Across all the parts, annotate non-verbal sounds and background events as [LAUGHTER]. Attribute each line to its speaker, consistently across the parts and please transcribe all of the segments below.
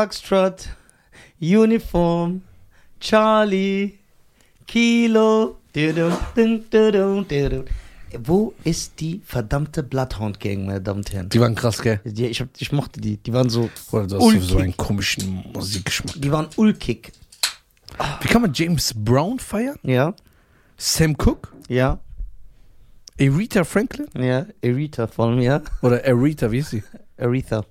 Speaker 1: Foxtrot, Uniform, Charlie, Kilo. Dudum, dun, dudum, dudum. Wo ist die verdammte Bloodhound-Gang, meine Damen und Herren?
Speaker 2: Die waren krass, gell?
Speaker 1: Die, ich, hab, ich mochte die. Die waren so.
Speaker 2: Oder du hast
Speaker 1: Ulkig.
Speaker 2: sowieso einen komischen Musikgeschmack.
Speaker 1: Die waren ulkig.
Speaker 2: Wie kann man James Brown feiern?
Speaker 1: Ja,
Speaker 2: Sam Cooke?
Speaker 1: ja,
Speaker 2: Aretha Franklin?
Speaker 1: ja. Aretha vor allem, ja.
Speaker 2: Oder Aretha, wie ist sie?
Speaker 1: Aretha.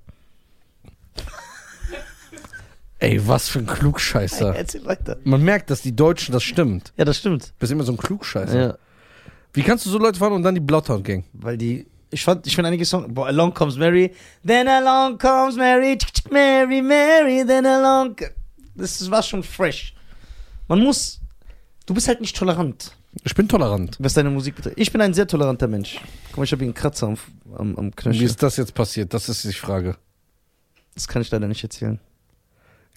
Speaker 2: Ey, was für ein Klugscheißer.
Speaker 1: Erzähl weiter.
Speaker 2: Man merkt, dass die Deutschen, das stimmt.
Speaker 1: Ja, das stimmt.
Speaker 2: Du bist immer so ein Klugscheißer.
Speaker 1: Ja,
Speaker 2: Wie kannst du so Leute fahren und dann die Bloodhound Gang?
Speaker 1: weil die. Ich fand, ich finde einige Songs. Boah, Along Comes Mary. Then Along Comes Mary. tsk, tsk, Mary, Mary. Then Along. co- Das war schon fresh. Man muss. Du bist halt nicht tolerant,
Speaker 2: Ich bin tolerant.
Speaker 1: was deine Musik betrifft. Ich bin ein sehr toleranter Mensch. Guck mal, ich habe hier einen Kratzer am, am, am
Speaker 2: Wie
Speaker 1: Knöchel.
Speaker 2: ist das jetzt passiert? Das ist die Frage.
Speaker 1: Das kann ich leider nicht erzählen.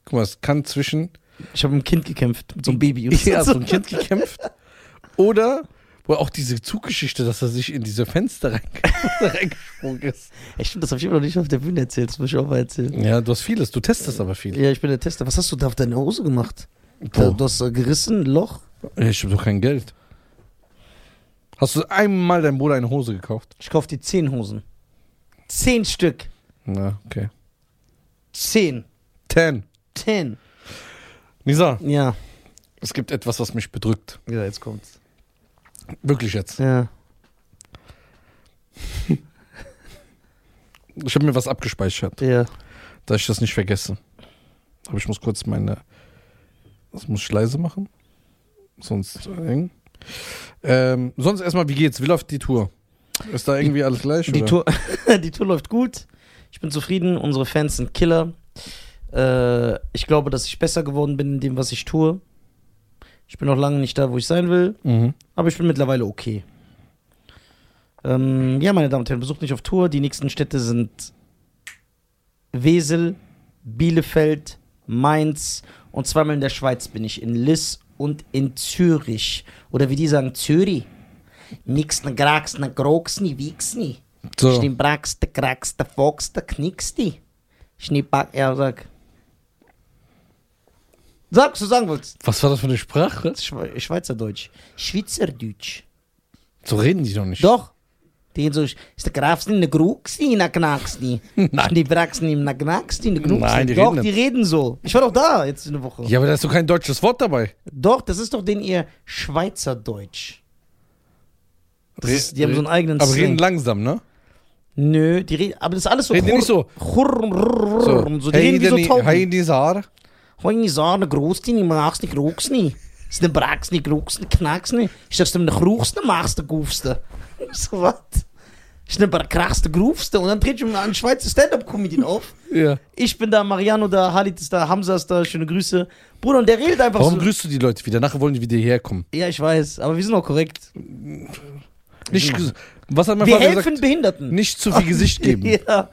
Speaker 2: Guck mal, es kann zwischen
Speaker 1: Ich habe mit einem Kind gekämpft, mit so einem [LAUGHS] Baby. und
Speaker 2: [LAUGHS] ja, so ein Kind gekämpft oder wo auch diese Zuggeschichte, dass er sich in diese Fenster rein- [LAUGHS] reingesprungen ist.
Speaker 1: Ey, stimmt, das habe ich immer noch nicht auf der Bühne erzählt. Das muss ich auch mal erzählen.
Speaker 2: Ja, du hast vieles. Du testest aber viel.
Speaker 1: Ja, ich bin der Tester. Was hast du da auf deine Hose gemacht? Da,
Speaker 2: Wo?
Speaker 1: du hast äh, gerissen, ein Loch.
Speaker 2: Ich habe doch kein Geld. Hast du einmal deinem Bruder eine Hose gekauft?
Speaker 1: Ich kauf dir zehn Hosen. Zehn Stück.
Speaker 2: Na, okay.
Speaker 1: Zehn.
Speaker 2: Ten.
Speaker 1: Ten.
Speaker 2: Nisa,
Speaker 1: Ja.
Speaker 2: es gibt etwas, was mich bedrückt.
Speaker 1: Ja, jetzt kommt's.
Speaker 2: Wirklich jetzt.
Speaker 1: Ja.
Speaker 2: Ich habe mir was abgespeichert.
Speaker 1: Ja.
Speaker 2: dass ich das nicht vergesse. Aber ich muss kurz meine. Das muss ich leise machen. Sonst äh, eng. Ähm, sonst erstmal, wie geht's? Wie läuft die Tour? Ist da irgendwie alles gleich?
Speaker 1: Die
Speaker 2: oder?
Speaker 1: Tour, [LAUGHS] die Tour läuft gut. Ich bin zufrieden. Unsere Fans sind Killer. Äh, ich glaube, dass ich besser geworden bin in dem, was ich tue. Ich bin noch lange nicht da, wo ich sein will.
Speaker 2: Mhm.
Speaker 1: Aber ich bin mittlerweile okay. Ähm, ja, meine Damen und Herren, besucht mich auf Tour. Die nächsten Städte sind Wesel, Bielefeld, Mainz und zweimal in der Schweiz bin ich. In Liss und in Zürich. Oder wie die sagen, Zürich. Nix ne Grax, ne Grox, ne Wix, ne.
Speaker 2: So.
Speaker 1: Ich ne Brax, de Grax, de Fox, de Knicks, die. Ich ne Back, ja, sag. Sag, was du sagen wolltest.
Speaker 2: Was war das für eine Sprache?
Speaker 1: Schwe Schweizerdeutsch. Schweizerdeutsch.
Speaker 2: So reden die doch nicht.
Speaker 1: Doch. Die gehen so, ist der Graf in der Gruxi, in der Knacksni.
Speaker 2: Nein.
Speaker 1: Die Braxen in der Knacksni, in der Gruxi.
Speaker 2: Nein, die
Speaker 1: doch,
Speaker 2: reden
Speaker 1: die reden so. Ich war doch da jetzt in der Woche.
Speaker 2: Ja, aber da ist doch kein deutsches Wort dabei.
Speaker 1: Doch, das ist doch den ihr Schweizerdeutsch. Das
Speaker 2: Re-
Speaker 1: ist, die haben so einen eigenen
Speaker 2: Aber
Speaker 1: Slang.
Speaker 2: reden langsam, ne?
Speaker 1: Nö, die reden, aber das ist alles so
Speaker 2: Reden die nicht so?
Speaker 1: Churrum, rrrrum, so. Die
Speaker 2: hey,
Speaker 1: reden wie so
Speaker 2: Dani-
Speaker 1: Tauben.
Speaker 2: hey, Nizar.
Speaker 1: Hoi, Sahne, Großti, ni machst ni Großni. Ist ne Braxni, Großni, Knacksni. Ich sag's dem ne Großni, machst du [LAUGHS] Gufste. Ich so, was? Ich ne Krachste, Grufste. Und dann dreht ich mir einen Schweizer Stand-Up-Comedian auf.
Speaker 2: Ja.
Speaker 1: Ich bin da, Mariano da, Halit ist da, Hamza ist da, schöne Grüße. Bruder, und der redet einfach
Speaker 2: Warum
Speaker 1: so.
Speaker 2: grüßt du die Leute wieder? Nachher wollen die wieder hierher kommen.
Speaker 1: Ja, ich weiß, aber wir sind auch korrekt.
Speaker 2: Nicht, ges- was hat mein
Speaker 1: Wir
Speaker 2: Vater
Speaker 1: helfen
Speaker 2: gesagt?
Speaker 1: Behinderten.
Speaker 2: Nicht zu
Speaker 1: [LAUGHS]
Speaker 2: viel Gesicht [LAUGHS] geben.
Speaker 1: ja.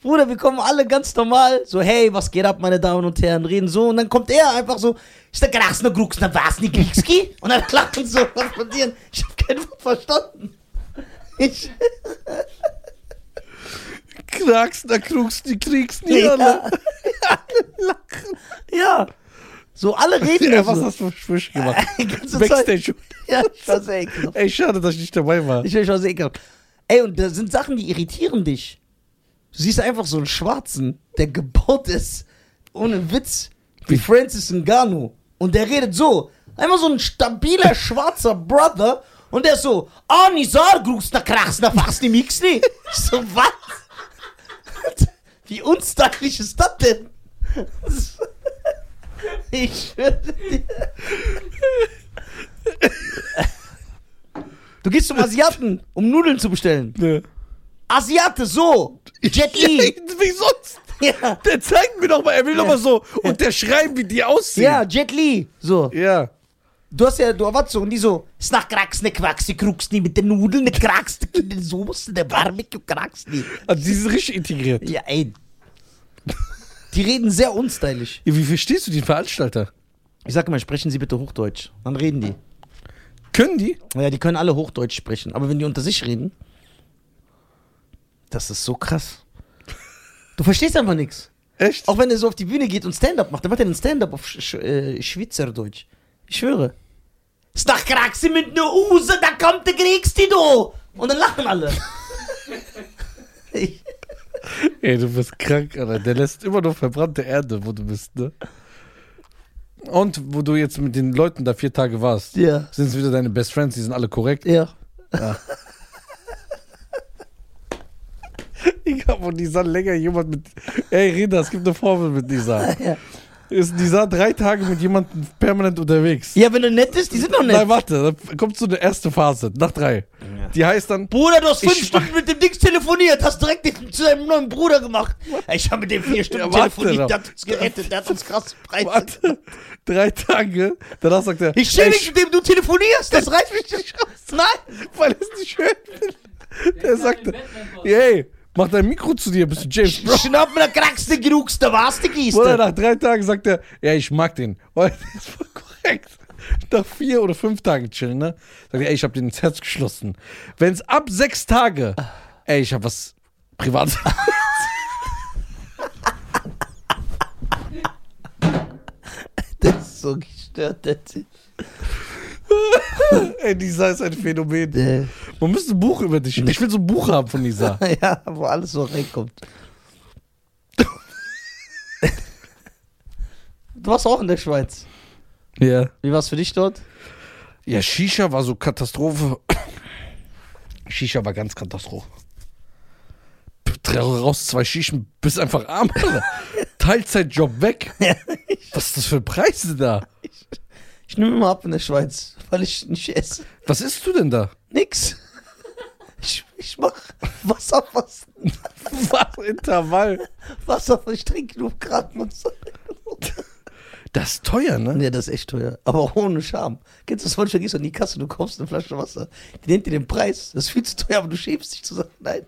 Speaker 1: Bruder, wir kommen alle ganz normal, so, hey, was geht ab, meine Damen und Herren, reden so, und dann kommt er einfach so, ist der Grasner Gruxner, was, nicht
Speaker 2: [LAUGHS]
Speaker 1: Kriegski? Und dann lachen so, was passiert? Ich hab kein Wort verstanden. Ich,
Speaker 2: Kragst, da krugst, die kriegst nie
Speaker 1: ja.
Speaker 2: alle.
Speaker 1: ja. So, alle reden
Speaker 2: Ja,
Speaker 1: einfach
Speaker 2: was
Speaker 1: so. [LAUGHS]
Speaker 2: hast du für Sprüche gemacht?
Speaker 1: Die ganze Zeit.
Speaker 2: Backstage.
Speaker 1: Ja, ich war sehr ekelhaft.
Speaker 2: Ey, schade, dass ich nicht dabei war.
Speaker 1: Ich war sehr ekelhaft. Ey, und da sind Sachen, die irritieren dich. Du siehst einfach so einen Schwarzen, der gebaut ist, ohne Witz, wie
Speaker 2: Wie-
Speaker 1: Francis Ngannou. Und der redet so. Einmal so ein stabiler schwarzer Brother. Und der ist so, ah, Nizar, grüßt, na krachst, na fast, ni mix, ni. Ich so, was? [LAUGHS] Wie unstattlich ist das denn? [LAUGHS] Ich schwöre dir. Du gehst zum Asiaten, um Nudeln zu bestellen.
Speaker 2: Ja.
Speaker 1: Asiate, so. Jet
Speaker 2: [LAUGHS]
Speaker 1: E.
Speaker 2: wie sonst?
Speaker 1: Ja.
Speaker 2: Der zeigt mir doch mal, er will doch mal so. Und der schreibt, wie die aussehen.
Speaker 1: Ja, Jet Li. So.
Speaker 2: Ja.
Speaker 1: Du hast ja, du erwartest so, und die so, ist nach Krax, ne Quax, die Krux nie mit den Nudeln, ne Krax, die in den Soße, der Barbecue, Krax nie.
Speaker 2: Also die sind richtig integriert.
Speaker 1: Ja, ey. Die reden sehr unstylisch.
Speaker 2: Ja, wie verstehst du den Veranstalter?
Speaker 1: Ich sag immer, sprechen Sie bitte Hochdeutsch. Dann reden die.
Speaker 2: Können die?
Speaker 1: Ja, die können alle Hochdeutsch sprechen, aber wenn die unter sich reden, das ist so krass. Du verstehst einfach nichts.
Speaker 2: Echt?
Speaker 1: Auch wenn er so auf die Bühne geht und Stand-up macht, dann macht er einen Stand-up auf Sch Sch äh, Schweizerdeutsch. Ich schwöre. Ist nach Kraxi mit ner Use, da kommt der kriegst die du. Und dann lachen alle. Ich-
Speaker 2: Ey, du bist krank, Alter. Der lässt immer nur verbrannte Erde, wo du bist, ne? Und wo du jetzt mit den Leuten da vier Tage warst,
Speaker 1: ja,
Speaker 2: sind es wieder deine Best Friends, die sind alle korrekt.
Speaker 1: ja.
Speaker 2: Ich hab von Nisa länger jemand mit. Ey, Reda, es gibt eine Formel mit Nisa.
Speaker 1: [LAUGHS] Ja.
Speaker 2: Ist Nisa drei Tage mit jemandem permanent unterwegs?
Speaker 1: Ja, wenn du nett bist, die sind noch nett.
Speaker 2: Nein, warte, da kommt so eine erste Phase, nach drei. Die heißt dann.
Speaker 1: Bruder, du hast fünf
Speaker 2: Ich-
Speaker 1: Stunden mit dem Dings telefoniert, hast direkt den, zu deinem neuen Bruder gemacht. Ich habe mit dem vier Stunden
Speaker 2: Ja, warte
Speaker 1: telefoniert,
Speaker 2: doch.
Speaker 1: der hat uns gerettet, der hat uns krass befreit.
Speaker 2: Warte, [LAUGHS] drei Tage. Danach sagt er.
Speaker 1: Ich chill
Speaker 2: ey,
Speaker 1: nicht, mit dem du telefonierst, das reicht mich nicht aus. [LAUGHS] Nein.
Speaker 2: weil er es nicht schön Der sagte, yay, mach dein Mikro zu dir, bist du James Brown.
Speaker 1: Schnapp mir, krackst du genugst, da warst du gießt.
Speaker 2: Oder nach drei Tagen sagt er, ja, ich mag den. Weil das war korrekt. Nach vier oder fünf Tagen chillen, ne? Sagt er, ey, ich hab den ins Herz geschlossen. Wenn es ab sechs Tage, ey, ich hab was [LAUGHS] Privates.
Speaker 1: Das ist so gestört, der Typ.
Speaker 2: [LAUGHS] ey, Nisa ist ein Phänomen. Man müsste ein Buch über dich. Ich will so ein Buch haben von Nisa.
Speaker 1: [LAUGHS] Ja, wo alles so reinkommt. Du warst auch in der Schweiz.
Speaker 2: Ja.
Speaker 1: Wie war es für dich dort?
Speaker 2: Ja, Shisha war so Katastrophe. Shisha war ganz Katastrophe. P- drei Raus zwei Shishen, bist einfach arm. [LAUGHS] Alter. Teilzeitjob weg. Was ist das für Preise da?
Speaker 1: Ich nehme immer ab in der Schweiz, weil ich nicht esse.
Speaker 2: Was isst du denn da?
Speaker 1: Nix. Ich, ich mach Wasser, was,
Speaker 2: Was? Intervall.
Speaker 1: Wasser, ich trinke nur gerade Wasser.
Speaker 2: Das ist teuer, ne?
Speaker 1: Ja, das ist echt teuer. Aber auch ohne Scham. Kennst du das manchmal? Gehst du an die Kasse, du kaufst eine Flasche Wasser. Die nennt dir den Preis. Das ist viel zu teuer, aber du schämst dich zu sagen, nein,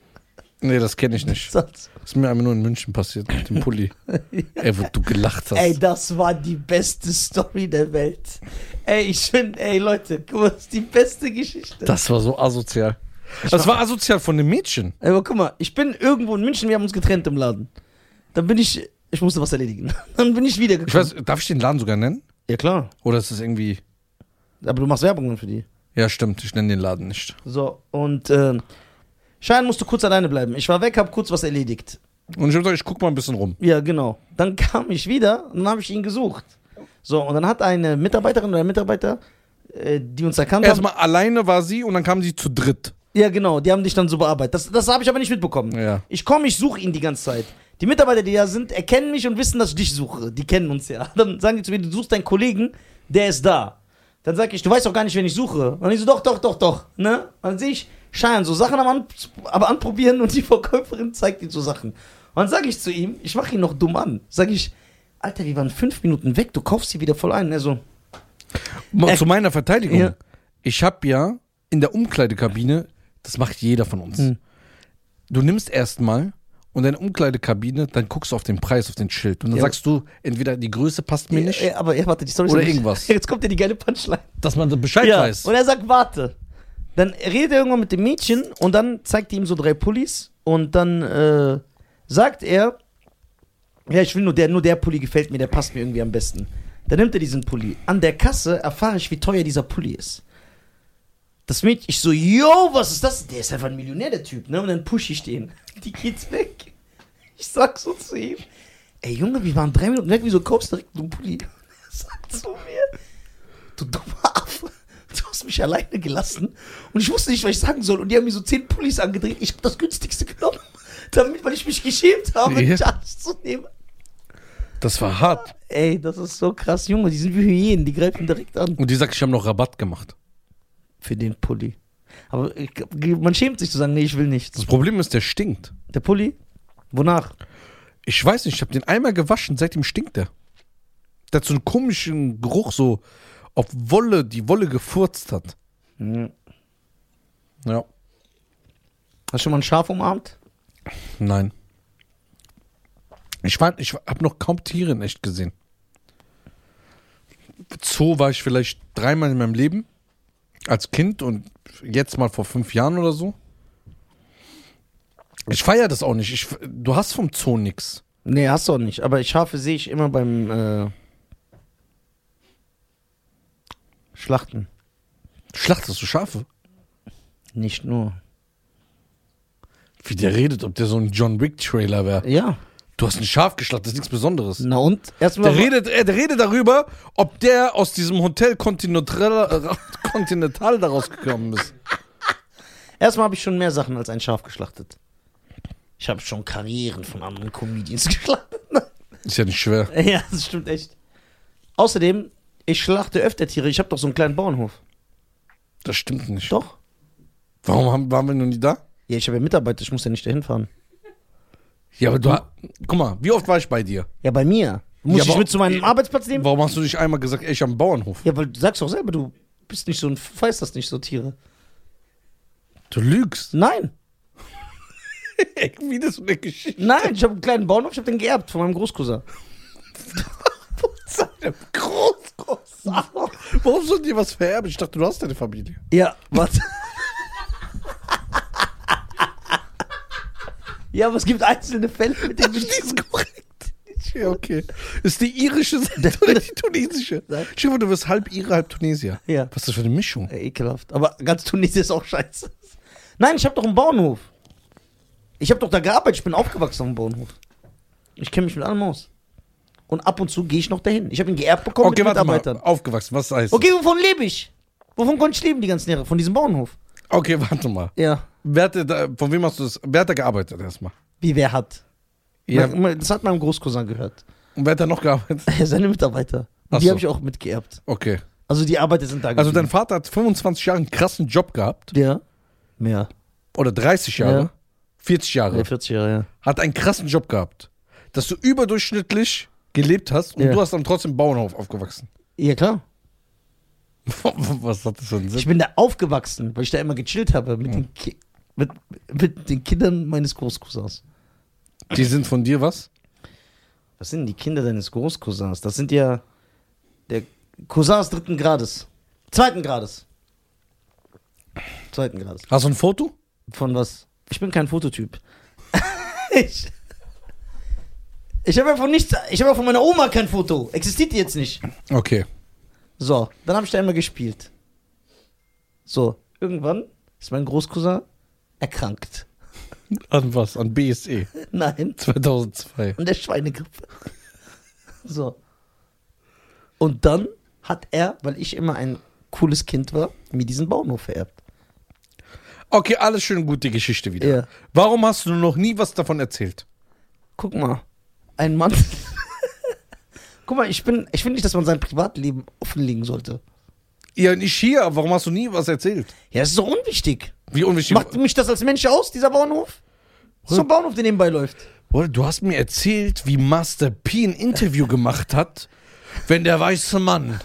Speaker 2: Nee, das kenne ich nicht.
Speaker 1: Satz.
Speaker 2: Das ist mir einmal nur in München passiert mit dem [LAUGHS] Pulli. Ey, wo du gelacht hast.
Speaker 1: Ey, das war die beste Story der Welt. Ey, ich finde, ey, Leute, guck mal, das ist die beste Geschichte.
Speaker 2: das war so asozial. Das war asozial von dem Mädchen.
Speaker 1: Ey, Aber guck mal, ich bin irgendwo in München, wir haben uns getrennt im Laden. Dann bin ich, ich musste was erledigen. [LAUGHS] Dann bin ich wiedergekommen.
Speaker 2: Ich weiß, darf ich den Laden sogar nennen?
Speaker 1: ja, klar.
Speaker 2: Oder ist das irgendwie.
Speaker 1: Aber du machst Werbung dann für die.
Speaker 2: Ja, stimmt, ich nenne den Laden nicht.
Speaker 1: So, und, ähm, Schein musste kurz alleine bleiben. Ich war weg, hab kurz was erledigt.
Speaker 2: Und ich habe gesagt, ich guck mal ein bisschen rum.
Speaker 1: Ja, genau. Dann [LAUGHS] kam ich wieder und dann habe ich ihn gesucht. So, und dann hat eine Mitarbeiterin oder ein Mitarbeiter, äh, die uns erkannt haben.
Speaker 2: Erstmal alleine war sie und dann kamen sie zu dritt.
Speaker 1: Ja, genau, die haben dich dann so bearbeitet. Das, das habe ich aber nicht mitbekommen.
Speaker 2: Ja.
Speaker 1: Ich komme, ich suche ihn die ganze Zeit. Die Mitarbeiter, die da sind, erkennen mich und wissen, dass ich dich suche. Die kennen uns ja. [LAUGHS] Dann sagen die zu mir, du suchst deinen Kollegen, der ist da. Dann sage ich, du weißt doch gar nicht, wen ich suche. Und ich so, doch, doch, doch, doch. Ne? Und dann sehe ich Schein so Sachen am An aber anprobieren und die [LAUGHS] Verkäuferin zeigt ihm so Sachen. Und dann sage ich zu ihm, ich mache ihn noch dumm an. Sage ich, Alter, wir waren fünf Minuten weg, du kaufst sie wieder voll ein. Er so,
Speaker 2: Ma-
Speaker 1: Äh,
Speaker 2: Zu meiner Verteidigung.
Speaker 1: ja.
Speaker 2: Ich habe ja in der Umkleidekabine, das macht jeder von uns.
Speaker 1: Hm.
Speaker 2: Du nimmst erstmal und deine Umkleidekabine, dann guckst du auf den Preis, auf den Schild. Und dann
Speaker 1: Ja.
Speaker 2: sagst du, entweder die Größe passt mir nicht,
Speaker 1: Ja, aber ja, warte, die Story ist
Speaker 2: Oder
Speaker 1: noch nicht- [LAUGHS]
Speaker 2: irgendwas.
Speaker 1: Jetzt kommt ja die geile Punchline.
Speaker 2: dass man so Bescheid
Speaker 1: ja.
Speaker 2: weiß.
Speaker 1: Und er sagt, warte. Dann redet er irgendwann mit dem Mädchen und dann zeigt die ihm so drei Pullis und dann äh, sagt er, ja, ich will nur der, nur der Pulli gefällt mir, der passt mir irgendwie am besten. Dann nimmt er diesen Pulli. An der Kasse erfahre ich, wie teuer dieser Pulli ist. Das Mädchen, ich so, yo, was ist das? Der ist einfach ein Millionär, der Typ, ne? Und dann pushe ich den. [LAUGHS] Die geht's weg. Ich sag so zu ihm, ey Junge, wir waren drei Minuten weg, wieso kaufst du direkt einen [LAUGHS] Pulli? Er sagt zu mir, du dummer Affe, du hast mich alleine gelassen und ich wusste nicht, was ich sagen soll. Und die haben mir so zehn Pullis angedreht. Ich habe das günstigste genommen, [LAUGHS] damit, weil ich mich geschämt habe,
Speaker 2: Ja.
Speaker 1: nicht alles zu nehmen.
Speaker 2: Das war hart.
Speaker 1: Ey, das ist so krass, Junge, die sind wie Hyänen, die greifen direkt an.
Speaker 2: Und die sagt, ich habe noch Rabatt gemacht.
Speaker 1: Für den Pulli. Aber ich, man schämt sich zu sagen, nee, ich will nicht.
Speaker 2: Das Problem ist, der stinkt.
Speaker 1: Der Pulli? Wonach?
Speaker 2: Ich weiß nicht, ich habe den einmal gewaschen, seitdem stinkt der. Der hat so einen komischen Geruch, so auf Wolle, die Wolle gefurzt hat.
Speaker 1: Hm.
Speaker 2: Ja.
Speaker 1: Hast du schon mal ein Schaf umarmt?
Speaker 2: Nein. Ich, war- ich habe noch kaum Tiere in echt gesehen. Zoo war ich vielleicht dreimal in meinem Leben. Als Kind und jetzt mal vor fünf Jahren oder so. Ich feiere das auch nicht. Ich, du hast vom Zoo nix.
Speaker 1: Nee, hast du auch nicht. Aber Schafe sehe ich immer beim äh, Schlachten.
Speaker 2: Schlachtest du Schafe?
Speaker 1: Nicht nur.
Speaker 2: Wie der redet, ob der so ein John Wick Trailer wäre.
Speaker 1: Ja.
Speaker 2: Du hast ein Schaf geschlachtet, das ist nichts Besonderes.
Speaker 1: Na und? Erstmal.
Speaker 2: Der redet, äh, der redet darüber, ob der aus diesem Hotel Continental, äh, [LAUGHS] Continental daraus gekommen ist.
Speaker 1: Erstmal habe ich schon mehr Sachen als ein Schaf geschlachtet. Ich habe schon Karrieren von anderen Comedians [LAUGHS] geschlachtet.
Speaker 2: Ist ja nicht schwer.
Speaker 1: ja, das stimmt echt. Außerdem, ich schlachte öfter Tiere. Ich habe doch so einen kleinen Bauernhof.
Speaker 2: Das stimmt nicht.
Speaker 1: Doch.
Speaker 2: Warum haben, waren wir noch nie da?
Speaker 1: Ja, ich habe ja Mitarbeiter, ich muss ja nicht dahin fahren.
Speaker 2: Ja, aber du. Guck mal, wie oft war ich bei dir?
Speaker 1: Ja, äh, bei mir.
Speaker 2: Ja,
Speaker 1: Muss ich
Speaker 2: aber-
Speaker 1: mit zu meinem Arbeitsplatz nehmen?
Speaker 2: Warum hast du nicht einmal gesagt, ey, ich am Bauernhof?
Speaker 1: Ja, weil du sagst doch selber, du bist nicht so ein, weißt das nicht, so Tiere.
Speaker 2: Du lügst. [LAUGHS]
Speaker 1: Nein,
Speaker 2: Ey, wie das so eine Geschichte.
Speaker 1: nein, ich habe einen kleinen Bauernhof, ich habe den geerbt von meinem Großcousin.
Speaker 2: Groß, groß. Warum soll dir was vererben? Ich dachte, du hast deine Familie.
Speaker 1: Ja, warte. ja, aber es gibt einzelne Fälle,
Speaker 2: [LAUGHS]
Speaker 1: mit denen ich...
Speaker 2: ist korrekt. Ja, okay. Ist die irische
Speaker 1: [LAUGHS]
Speaker 2: Seite oder die tunesische?
Speaker 1: Nein.
Speaker 2: Stell dir vor, du wirst halb Ire, halb Tunesier.
Speaker 1: Ja. Äh,
Speaker 2: Was ist das für eine Mischung?
Speaker 1: Ey, ekelhaft. Aber ganz Tunesien ist auch scheiße. Nein, ich habe doch einen Bauernhof. Ich habe doch da gearbeitet, ich bin aufgewachsen auf dem Bauernhof. Ich kenne mich mit allem aus. Und ab und zu gehe ich noch dahin. Ich habe ihn geerbt bekommen
Speaker 2: Okay,
Speaker 1: mit
Speaker 2: warte mal.
Speaker 1: Mitarbeitern.
Speaker 2: Aufgewachsen, was heißt das?
Speaker 1: Okay, wovon lebe ich? Wovon konnte ich leben die ganzen Jahre? Von diesem Bauernhof.
Speaker 2: okay, warte mal.
Speaker 1: Ja.
Speaker 2: Wer hat da, von wem hast du das? Wer hat da gearbeitet erstmal?
Speaker 1: Wie wer hat.
Speaker 2: Ja.
Speaker 1: Mein- Das hat meinem Großcousin gehört.
Speaker 2: Und wer hat da noch gearbeitet?
Speaker 1: [LAUGHS] Seine Mitarbeiter.
Speaker 2: Ach
Speaker 1: Und die
Speaker 2: so.
Speaker 1: habe ich auch mitgeerbt.
Speaker 2: Okay.
Speaker 1: Also die Arbeiter sind da
Speaker 2: Also dein
Speaker 1: geblieben.
Speaker 2: Vater hat 25 Jahre einen krassen Job gehabt.
Speaker 1: Ja. Mehr.
Speaker 2: Oder 30 Jahre.
Speaker 1: Ja.
Speaker 2: 40 Jahre.
Speaker 1: Ja, 40 Jahre, ja.
Speaker 2: Hat einen krassen Job gehabt. Dass du überdurchschnittlich gelebt hast und
Speaker 1: Ja.
Speaker 2: du hast dann trotzdem Bauernhof aufgewachsen. [LAUGHS]
Speaker 1: Ja, klar.
Speaker 2: was hat das für einen Sinn?
Speaker 1: Ich bin da aufgewachsen, weil ich da immer gechillt habe mit, den, Ki mit, mit den Kindern meines Großcousins.
Speaker 2: Die sind von dir was?
Speaker 1: Was sind denn die Kinder deines Großcousins? Das sind ja der Cousins dritten Grades. Zweiten Grades. Zweiten Grades.
Speaker 2: Hast du ein Foto?
Speaker 1: Von was? Ich bin kein [LAUGHS] Fototyp. ich ich habe ja von nichts, ich habe ja von meiner Oma kein Foto. Existiert die jetzt nicht.
Speaker 2: Okay.
Speaker 1: So, dann habe ich da immer gespielt. So, irgendwann ist mein Großcousin erkrankt. [LAUGHS]
Speaker 2: An was? An E BSE
Speaker 1: Nein.
Speaker 2: 2002.
Speaker 1: an der Schweinegrippe. [LAUGHS] So. Und dann hat er, weil ich immer ein cooles Kind war, mir diesen Bauernhof vererbt.
Speaker 2: Okay, alles schön und gut, die Geschichte wieder.
Speaker 1: Ja.
Speaker 2: Warum hast du noch nie was davon erzählt?
Speaker 1: Guck mal, ein Mann. [LAUGHS] Guck mal, ich bin, ich finde nicht, dass man sein Privatleben offenlegen sollte.
Speaker 2: Ja, nicht hier, aber warum hast du nie was erzählt?
Speaker 1: Ja, das ist doch unwichtig.
Speaker 2: Wie unwichtig.
Speaker 1: Macht mich das als Mensch aus, dieser Bauernhof? Das ist so ein Bauernhof, der nebenbei läuft.
Speaker 2: Bruder, du hast mir erzählt, wie Master P ein Interview gemacht hat, wenn der weiße Mann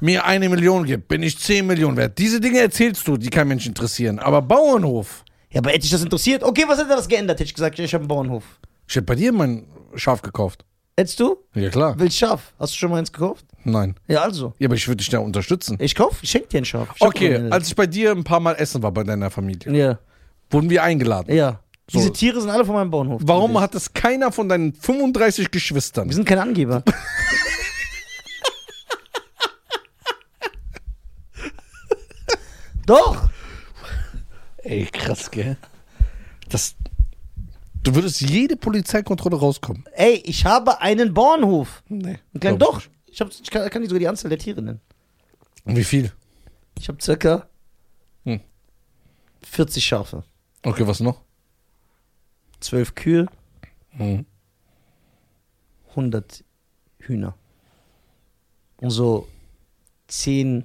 Speaker 2: mir eine Million gibt, bin ich 10 Millionen wert. Diese Dinge erzählst du, die kein Mensch interessieren. Aber Bauernhof,
Speaker 1: Ja, aber hätte ich das interessiert? Okay, was hätte das geändert? Hätte ich gesagt, ja, ich habe einen Bauernhof.
Speaker 2: ich hab bei dir mein Schaf gekauft.
Speaker 1: Hättest du?
Speaker 2: Ja, klar.
Speaker 1: Willst Schaf? Hast du schon mal eins gekauft?
Speaker 2: Nein.
Speaker 1: Ja, also.
Speaker 2: Ja, aber ich würde dich da unterstützen.
Speaker 1: Ich kauf, ich schenk dir ein Schaf. Ich hab
Speaker 2: Okay,
Speaker 1: keine-
Speaker 2: als ich bei dir ein paar Mal essen war bei deiner Familie,
Speaker 1: Ja.
Speaker 2: wurden wir eingeladen.
Speaker 1: Ja.
Speaker 2: So.
Speaker 1: Diese Tiere sind alle von meinem Bauernhof.
Speaker 2: Warum hat es keiner von deinen 35 Geschwistern?
Speaker 1: Wir sind keine [LAUGHS] Angeber. Doch!
Speaker 2: Ey, krass, gell? Das. Du würdest jede Polizeikontrolle rauskommen.
Speaker 1: Ey, ich habe einen Bauernhof.
Speaker 2: Nee.
Speaker 1: Einen kleinen, doch! Ich, hab, ich kann, kann dir sogar die Anzahl der Tiere nennen.
Speaker 2: Wie viel?
Speaker 1: Ich habe circa
Speaker 2: Hm.
Speaker 1: 40 Schafe,
Speaker 2: Okay, was noch?
Speaker 1: 12 Kühe,
Speaker 2: Hm.
Speaker 1: 100 Hühner. Und so 10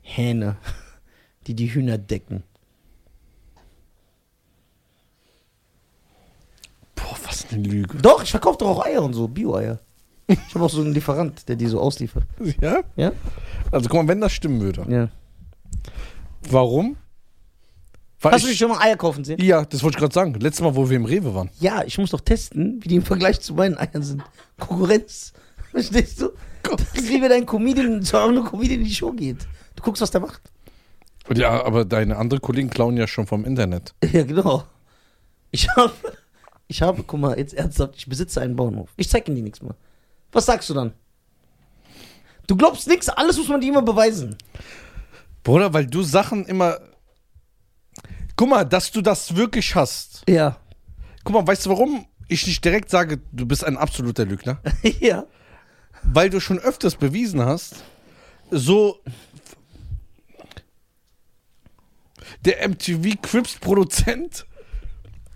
Speaker 1: Hähne, [LAUGHS] die die Hühner decken.
Speaker 2: Boah, was eine Lüge.
Speaker 1: Doch, ich verkaufe doch auch Eier und so, Bio-Eier. Ich habe auch so einen Lieferant, der die so ausliefert.
Speaker 2: Ja?
Speaker 1: Ja?
Speaker 2: Also guck mal, wenn das stimmen würde.
Speaker 1: Ja.
Speaker 2: Warum? Weil
Speaker 1: Hast du dich
Speaker 2: ich,
Speaker 1: schon mal Eier kaufen sehen?
Speaker 2: ja, das wollte ich gerade sagen. Letztes Mal, wo wir im Rewe waren.
Speaker 1: Ja, ich muss doch testen, wie die im Vergleich zu meinen Eiern sind. Konkurrenz. Verstehst du? Das ist wie wenn ein Comedian zu einem Comedian in die Show geht. Du guckst, was der macht. [LAUGHS]
Speaker 2: Und Ja, aber deine anderen Kollegen klauen ja schon vom Internet.
Speaker 1: Ja, genau. Ich habe Ich habe, guck mal, jetzt ernsthaft, ich besitze einen Bauernhof. Ich zeig ihnen die nichts mehr. Was sagst du dann? Du glaubst nichts, alles muss man dir immer beweisen.
Speaker 2: Bruder, weil du Sachen immer. Guck mal, dass du das wirklich hast.
Speaker 1: Ja.
Speaker 2: Guck mal, weißt du, warum ich nicht direkt sage, du bist ein absoluter Lügner?
Speaker 1: [LAUGHS] ja.
Speaker 2: Weil du schon öfters bewiesen hast, so. Der MTV Crips Produzent,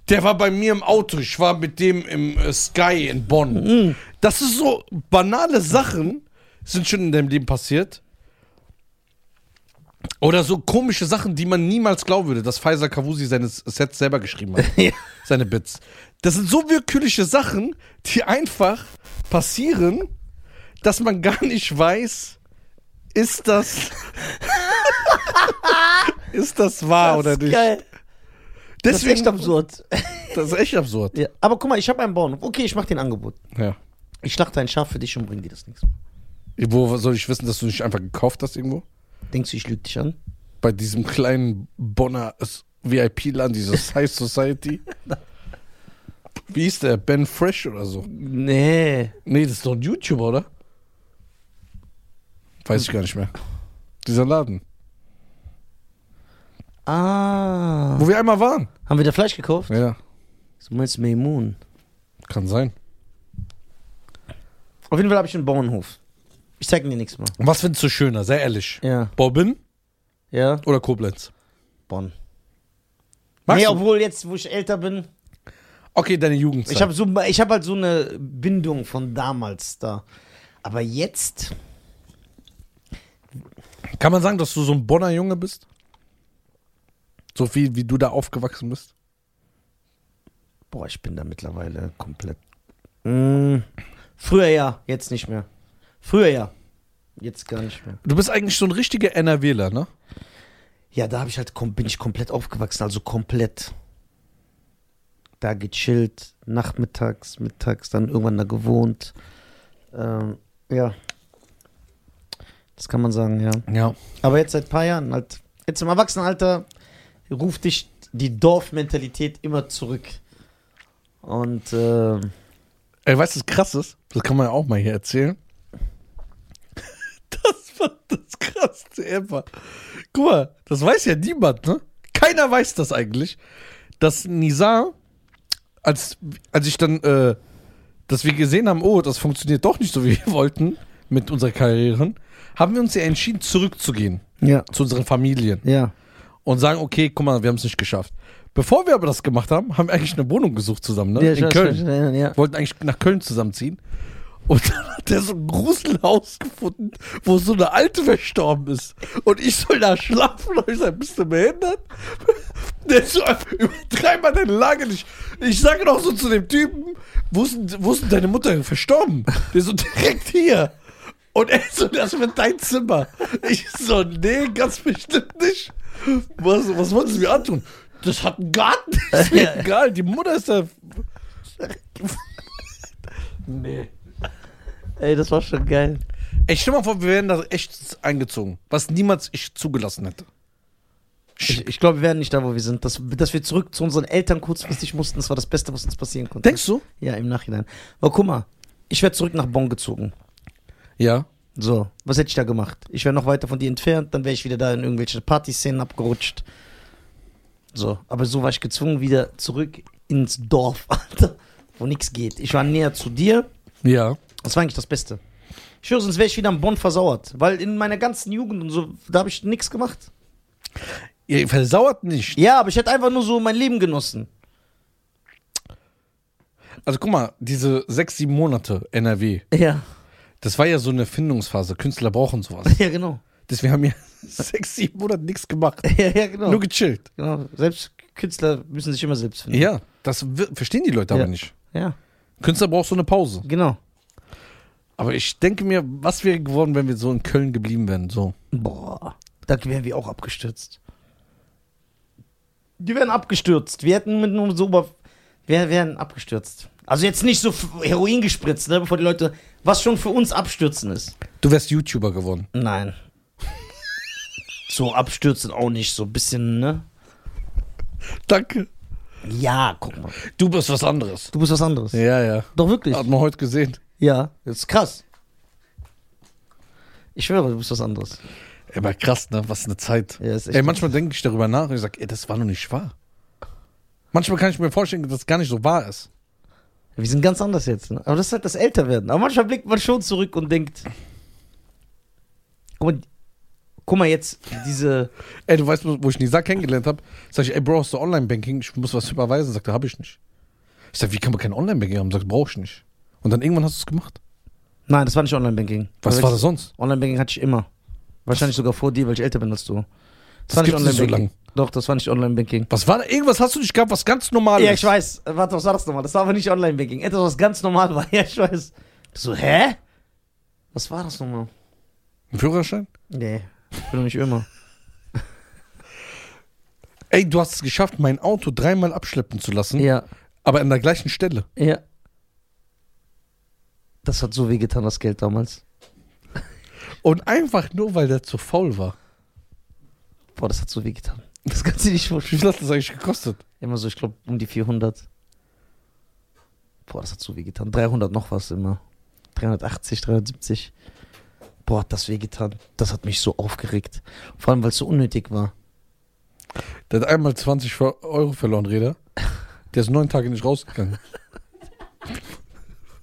Speaker 2: der war bei mir im Auto. Ich war mit dem im äh, Sky in Bonn. Das ist so banale Sachen, sind schon in deinem Leben passiert. Oder so komische Sachen, die man niemals glauben würde, dass Pfizer Kavusi seine Sets selber geschrieben hat
Speaker 1: ja.
Speaker 2: seine Bits. Das sind so willkürliche Sachen, die einfach passieren, dass man gar nicht weiß, ist das [LAUGHS] ist das wahr oder
Speaker 1: Das ist
Speaker 2: nicht.
Speaker 1: Geil. Das ist
Speaker 2: Deswegen,
Speaker 1: echt absurd.
Speaker 2: das ist echt
Speaker 1: [LAUGHS]
Speaker 2: absurd.
Speaker 1: ja. Aber guck mal, ich habe einen Bauernhof. Okay, ich mache dir ein Angebot.
Speaker 2: Ja.
Speaker 1: Ich schlachte ein Schaf für dich und bring dir das nichts mehr.
Speaker 2: Wo soll ich wissen, dass du nicht einfach gekauft hast irgendwo?
Speaker 1: Denkst du, ich lüge dich an?
Speaker 2: Bei diesem kleinen Bonner S- VIP-Land, dieses
Speaker 1: [LAUGHS]
Speaker 2: High Society. Wie ist der? Ben Fresh oder so?
Speaker 1: Nee.
Speaker 2: Nee, das ist doch ein YouTuber, oder? Weiß ich gar nicht mehr. Dieser Laden.
Speaker 1: Ah.
Speaker 2: Wo wir einmal waren.
Speaker 1: Haben wir da Fleisch gekauft?
Speaker 2: Ja,
Speaker 1: Du meinst Maymoon.
Speaker 2: kann sein.
Speaker 1: Auf jeden Fall habe ich einen Bauernhof. Ich zeig dir nichts mehr.
Speaker 2: Was findest du schöner, sehr ehrlich?
Speaker 1: Ja.
Speaker 2: Bobbin
Speaker 1: Ja.
Speaker 2: oder Koblenz?
Speaker 1: Bonn.
Speaker 2: Magst
Speaker 1: nee,
Speaker 2: du?
Speaker 1: obwohl jetzt, wo ich älter bin,
Speaker 2: Okay, deine Jugendzeit.
Speaker 1: ich habe so, ich hab halt so eine Bindung von damals da. Aber jetzt,
Speaker 2: kann man sagen, dass du so ein Bonner Junge bist? So viel, wie du da aufgewachsen bist?
Speaker 1: boah, ich bin da mittlerweile komplett. Mm, früher ja, jetzt nicht mehr. Früher ja, jetzt gar nicht mehr.
Speaker 2: Du bist eigentlich so ein richtiger NRWler, ne?
Speaker 1: Ja, da hab ich halt, kom- bin ich komplett aufgewachsen, also komplett. Da gechillt, nachmittags, mittags, dann irgendwann da gewohnt. Ähm, ja. Das kann man sagen, ja.
Speaker 2: Ja.
Speaker 1: Aber jetzt seit ein paar Jahren halt, jetzt im Erwachsenenalter ruft dich die Dorfmentalität immer zurück. Und äh,
Speaker 2: Ey, weißt du, was krass ist? Das kann man ja auch mal hier erzählen. [LAUGHS] Das war das krasseste ever. Guck mal, das weiß ja niemand, ne? Keiner weiß das eigentlich. Dass Nizar, als, als ich dann, äh, dass wir gesehen haben, oh, das funktioniert doch nicht so, wie wir [LAUGHS] wollten mit unserer Karriere, haben wir uns ja entschieden, zurückzugehen
Speaker 1: ja,
Speaker 2: zu unseren Familien
Speaker 1: ja.
Speaker 2: und sagen, okay, guck mal, wir haben es nicht geschafft. Bevor wir aber das gemacht haben, haben wir eigentlich eine Wohnung gesucht zusammen, ne?
Speaker 1: ja,
Speaker 2: In Köln
Speaker 1: ja.
Speaker 2: wollten eigentlich nach Köln zusammenziehen. Und dann hat er so ein Gruselhaus gefunden, wo so eine Alte verstorben ist. Und ich soll da schlafen. Und ich sage, bist du behindert? Der ist so, übertreib mal deine Lage nicht. Ich sage noch so zu dem Typen, wo ist, denn- wo ist denn deine Mutter verstorben? Der ist so direkt hier. Und er so, das wird dein Zimmer. Ich so, nee, ganz bestimmt nicht. Was, was wolltest du mir antun? Das hat einen Garten, ist mir egal. Die Mutter ist da Nee.
Speaker 1: Ey, das war schon geil.
Speaker 2: Ich stell mal vor, wir wären da echt eingezogen, was niemals ich zugelassen hätte.
Speaker 1: Ich, ich glaube, wir wären nicht da, wo wir sind. Dass, dass wir zurück zu unseren Eltern kurzfristig mussten, das war das Beste, was uns passieren konnte.
Speaker 2: Denkst du?
Speaker 1: Ja, im Nachhinein. Aber guck mal, ich wäre zurück nach Bonn gezogen.
Speaker 2: Ja.
Speaker 1: So, was hätte ich da gemacht? Ich wäre noch weiter von dir entfernt, dann wäre ich wieder da in irgendwelche Partyszenen abgerutscht. So, aber so war ich gezwungen, wieder zurück ins Dorf, [LAUGHS] Alter, wo nichts geht. Ich war näher zu dir,
Speaker 2: Ja.
Speaker 1: das war eigentlich das Beste. Ich höre, sonst wäre ich wieder am Bonn versauert, weil in meiner ganzen Jugend und so, da habe ich nichts gemacht.
Speaker 2: Ihr versauert nicht.
Speaker 1: Ja, aber ich hätte einfach nur so mein Leben genossen.
Speaker 2: Also guck mal, diese sechs, sieben Monate NRW,
Speaker 1: [LAUGHS] Ja,
Speaker 2: das war ja so eine Findungsphase. Künstler brauchen sowas.
Speaker 1: [LAUGHS] ja, genau.
Speaker 2: Deswegen haben wir [LAUGHS] sechs, sieben Monate nichts gemacht.
Speaker 1: [LAUGHS] Ja, ja, genau.
Speaker 2: Nur gechillt.
Speaker 1: genau. Selbst Künstler müssen sich immer selbst finden.
Speaker 2: Ja, das wir- verstehen die Leute
Speaker 1: Ja.
Speaker 2: aber nicht.
Speaker 1: ja
Speaker 2: Künstler braucht so eine Pause.
Speaker 1: genau.
Speaker 2: Aber ich denke mir, was wäre geworden, wenn wir so in Köln geblieben wären? So.
Speaker 1: Boah, da wären wir auch abgestürzt. Die wären abgestürzt. Wir hätten mit einem super. Wir wären abgestürzt. Also jetzt nicht so f- Heroin gespritzt, ne, bevor die Leute. Was schon für uns abstürzen ist.
Speaker 2: Du wärst YouTuber geworden.
Speaker 1: [LAUGHS] Nein. so abstürzen auch nicht. So ein bisschen, ne?
Speaker 2: Danke.
Speaker 1: Ja, guck mal.
Speaker 2: Du bist was anderes.
Speaker 1: Du bist was anderes.
Speaker 2: Ja, ja.
Speaker 1: Doch wirklich.
Speaker 2: Hat man heute gesehen.
Speaker 1: Ja. Das ist krass. Ich schwöre, du bist was anderes.
Speaker 2: Ey, aber krass, ne? Was eine Zeit.
Speaker 1: Ja, ist echt
Speaker 2: ey, manchmal denke ich darüber nach und ich sage, ey, das war noch nicht wahr. Manchmal kann ich mir vorstellen, dass das gar nicht so wahr ist.
Speaker 1: Wir sind ganz anders jetzt. Ne? Aber das ist halt das Älterwerden. Aber manchmal blickt man schon zurück und denkt. Guck mal, guck mal jetzt, diese.
Speaker 2: Ey, du weißt, wo ich Nisa kennengelernt habe, sag ich, ey, Bro, hast du Online-Banking? Ich muss was überweisen. Sagt er, hab ich nicht. Ich sag, wie kann man kein Online-Banking haben? Sagt, brauch ich nicht. Und dann irgendwann hast du es gemacht.
Speaker 1: Nein, das war nicht Online-Banking.
Speaker 2: Was
Speaker 1: Oder
Speaker 2: war das sonst?
Speaker 1: Online-Banking hatte ich immer. Wahrscheinlich sogar vor dir, weil ich älter bin als du.
Speaker 2: Das gibt's nicht so
Speaker 1: Doch, das war nicht Online-Banking.
Speaker 2: Was war da? Irgendwas hast du nicht gehabt, was ganz normal
Speaker 1: Ja,
Speaker 2: ist.
Speaker 1: ich weiß. Äh, Warte, was war das nochmal? Das war aber nicht Online-Banking. Etwas, was ganz normal war. [LAUGHS] Ja, ich weiß. So, hä? Was war das nochmal?
Speaker 2: Ein Führerschein?
Speaker 1: Nee, ich bin doch nicht immer.
Speaker 2: Ey, du hast es geschafft, mein Auto dreimal abschleppen zu lassen,
Speaker 1: Ja,
Speaker 2: aber an der gleichen Stelle.
Speaker 1: ja. Das hat so weh getan, das Geld damals.
Speaker 2: Und einfach nur, weil der zu faul war.
Speaker 1: Boah, das hat so weh getan. [LAUGHS] Das kannst du dir nicht
Speaker 2: Wie
Speaker 1: vorstellen.
Speaker 2: viel hat das eigentlich gekostet?
Speaker 1: Immer so, ich glaube, um die 400. Boah, das hat so weh getan. 300 noch was immer. 380, 370. Boah, hat das weh getan. Das hat mich so aufgeregt. Vor allem, weil es so unnötig war.
Speaker 2: Der hat einmal 20 Ver- Euro verloren, Reda. Der ist neun Tage nicht rausgegangen. [LAUGHS]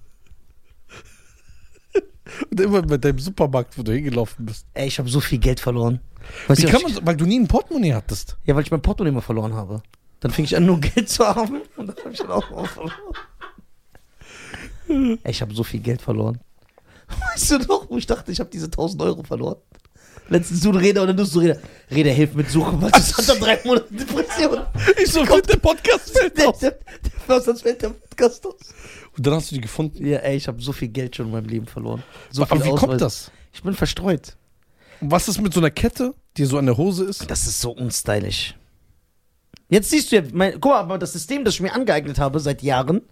Speaker 2: Und immer mit deinem Supermarkt, wo du hingelaufen bist.
Speaker 1: Ey, ich habe so viel Geld verloren. Weißt
Speaker 2: Wie
Speaker 1: du, was
Speaker 2: kann
Speaker 1: ich-
Speaker 2: man so, weil du nie ein Portemonnaie
Speaker 1: [LAUGHS]
Speaker 2: hattest.
Speaker 1: Ja, weil ich mein Portemonnaie mal verloren habe. Dann fing ich an, nur Geld zu haben [LAUGHS] und dann habe ich dann auch mal verloren. Ey, ich habe so viel Geld verloren. [LAUGHS] Weißt du noch, wo ich dachte, ich habe diese 1000 Euro verloren? Letztens so ein Reda und dann du so Reda. Reda, hilf mit Suchen, weil das hat dann drei Monate Depression.
Speaker 2: [LAUGHS] Ich so, kommt der Podcast
Speaker 1: Der, der, der, sonst fällt der Podcast aus.
Speaker 2: Und dann hast du die gefunden.
Speaker 1: Ja, ey, ich habe so viel Geld schon in meinem Leben verloren. So
Speaker 2: Aber
Speaker 1: viel
Speaker 2: wie kommt
Speaker 1: Ausweis.
Speaker 2: das?
Speaker 1: Ich bin verstreut.
Speaker 2: Und was ist mit so einer Kette, die so an der Hose ist?
Speaker 1: Das ist so unstylisch. Jetzt siehst du ja, mein, guck mal, aber das System, das ich mir angeeignet habe seit Jahren,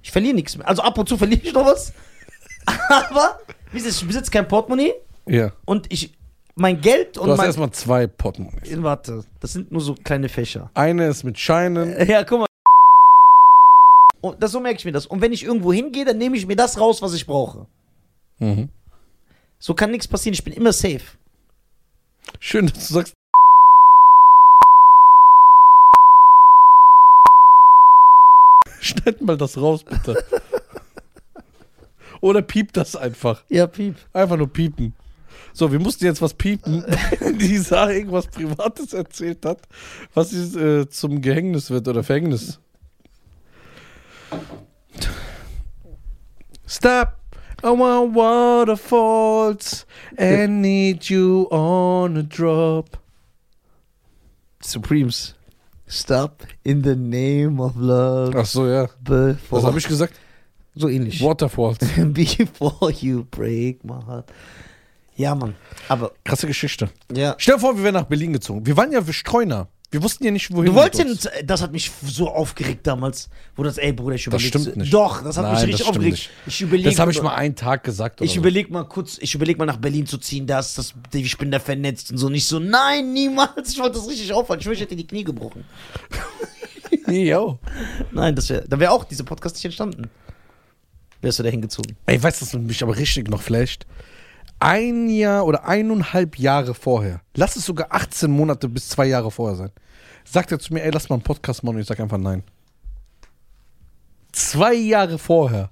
Speaker 1: ich verliere nichts mehr. Also ab und zu verliere ich noch was. [LAUGHS] aber wie ist es, ich besitze kein Portemonnaie
Speaker 2: Ja.
Speaker 1: und ich, mein Geld und
Speaker 2: Du
Speaker 1: [LAUGHS]
Speaker 2: hast
Speaker 1: mein.
Speaker 2: erstmal zwei Portemonnaies.
Speaker 1: Warte, das sind nur so kleine Fächer.
Speaker 2: Eine ist mit Scheinen.
Speaker 1: [LAUGHS] Ja, guck mal. Und das, so merke ich mir das. Und wenn ich irgendwo hingehe, dann nehme ich mir das raus, was ich brauche.
Speaker 2: Mhm.
Speaker 1: So kann nichts passieren. Ich bin immer safe.
Speaker 2: Schön, dass du sagst. Schneid mal das raus, bitte. Oder piep das einfach.
Speaker 1: Ja, Piep.
Speaker 2: Einfach nur piepen. So, wir mussten jetzt was [LAUGHS] piepen, weil die Sarah irgendwas Privates erzählt hat, was sie äh, zum Gehängnis wird oder Verhängnis. Stop! I want waterfalls and need you on a drop.
Speaker 1: Supremes. Stop in the name of love.
Speaker 2: Ach so, ja. Was
Speaker 1: Before.
Speaker 2: habe Oh. ich gesagt?
Speaker 1: so ähnlich.
Speaker 2: Waterfalls.
Speaker 1: Before you break my heart. Ja, Mann. Aber,
Speaker 2: Krasse Geschichte.
Speaker 1: ja.
Speaker 2: Stell dir vor, wir wären nach Berlin gezogen. Wir waren ja Streuner. Wir wussten ja nicht, wohin.
Speaker 1: Du
Speaker 2: mit
Speaker 1: wolltest,
Speaker 2: uns.
Speaker 1: ja- das hat mich so aufgeregt damals, wo das, ey Bruder, ich überlege.
Speaker 2: stimmt nicht.
Speaker 1: Doch, das hat
Speaker 2: Nein,
Speaker 1: mich
Speaker 2: das
Speaker 1: richtig
Speaker 2: stimmt
Speaker 1: aufgeregt.
Speaker 2: nicht.
Speaker 1: Ich überlege.
Speaker 2: Das habe ich mal einen Tag gesagt. Oder
Speaker 1: Ich überleg mal kurz, ich überleg mal nach Berlin zu ziehen, das, das, ich bin da vernetzt und so. Nicht so, nein, niemals, ich wollte das richtig aufhalten. Ich wünschte, ich hätte die Knie gebrochen.
Speaker 2: so. [LAUGHS] Jo.
Speaker 1: Nein, das wäre, dann wäre auch dieser Podcast nicht entstanden. Wärst du da hingezogen.
Speaker 2: Ey, weißt du, was mich aber richtig noch flasht? Ein Jahr oder eineinhalb Jahre vorher, lass es sogar 18 Monate bis zwei Jahre vorher sein, sagt er zu mir, ey, lass mal einen Podcast machen und ich sag einfach nein. Zwei Jahre vorher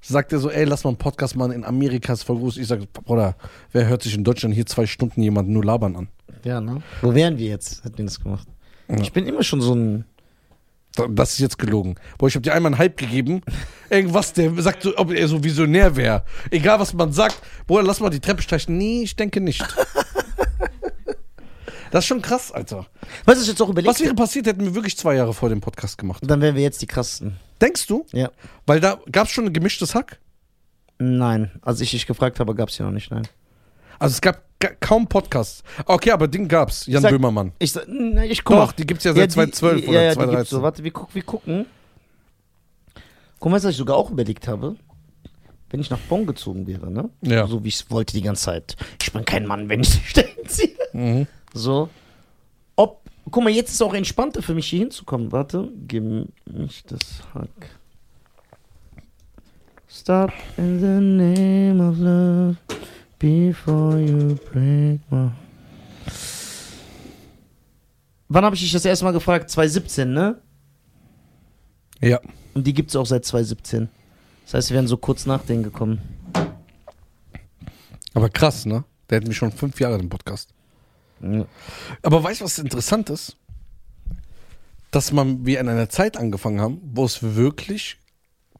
Speaker 2: sagt er so, ey, lass mal einen Podcast machen, in Amerika ist voll groß. Ich sag, Bruder, wer hört sich in Deutschland hier zwei Stunden jemanden nur labern an?
Speaker 1: Ja, ne? Wo wären wir jetzt, hätten wir das gemacht? Ich bin immer schon so ein,
Speaker 2: Da- Das ist jetzt gelogen. Boah, ich habe dir einmal einen Hype gegeben. Irgendwas, der sagt, so, ob er so visionär wäre. Egal, was man sagt. Bruder, lass mal die Treppe streichen. Nee, ich
Speaker 1: [LAUGHS]
Speaker 2: denke nicht. Das ist schon krass, Alter.
Speaker 1: was ich jetzt auch überlegt
Speaker 2: Was wäre passiert, hätten wir wirklich zwei Jahre vor dem Podcast gemacht.
Speaker 1: Dann wären wir jetzt die krassen.
Speaker 2: Denkst du?
Speaker 1: Ja.
Speaker 2: Weil da gab es schon ein gemischtes Hack.
Speaker 1: Nein, als ich dich gefragt habe, gab es hier noch nicht, nein.
Speaker 2: Also es gab ga- kaum Podcasts. Okay, aber den gab's. Jan
Speaker 1: Sag-
Speaker 2: Böhmermann.
Speaker 1: Ich, sa- na, ich guck
Speaker 2: Doch,
Speaker 1: mal.
Speaker 2: die gibt's ja seit
Speaker 1: die-
Speaker 2: 2012
Speaker 1: ja,
Speaker 2: oder
Speaker 1: ja, die gibt's
Speaker 2: 2013.
Speaker 1: So. Warte, wir, guck, wir gucken. Guck mal, was ich sogar auch überlegt habe. Wenn ich nach Bonn gezogen wäre, ne?
Speaker 2: Ja.
Speaker 1: So wie ich es wollte die ganze Zeit. Ich bin kein Mann, wenn ich die Stellen ziehe. So. Ob, Guck mal, jetzt ist auch entspannter für mich hier hinzukommen. Warte, gemischtes Hack. Stop in the name of love before you break my. Wann habe ich dich das erste Mal gefragt? 2017, ne?
Speaker 2: Ja.
Speaker 1: Und die gibt's auch seit 2017. Das heißt, wir wären so kurz nach denen gekommen.
Speaker 2: Aber krass, ne? Der hätten wir schon fünf Jahre im Podcast.
Speaker 1: Ja.
Speaker 2: Aber weißt du, was interessant ist? Dass man, wir in einer Zeit angefangen haben, wo es wirklich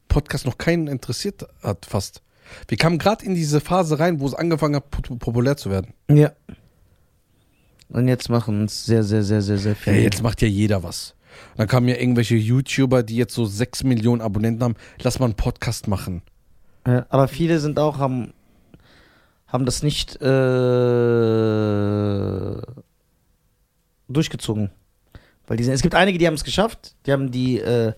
Speaker 2: Podcast noch keinen interessiert hat, fast. Wir kamen gerade in diese Phase rein, wo es angefangen hat, pop- populär zu werden.
Speaker 1: ja. Und jetzt machen uns sehr, sehr, sehr, sehr, sehr viel.
Speaker 2: Ey, jetzt macht ja jeder was. Und dann kamen ja irgendwelche YouTuber, die jetzt so sechs Millionen Abonnenten haben. Lass mal einen Podcast machen.
Speaker 1: Ja, aber viele sind auch, haben, haben das nicht äh, durchgezogen. Weil die sind, es gibt einige, die haben es geschafft, die haben die, äh,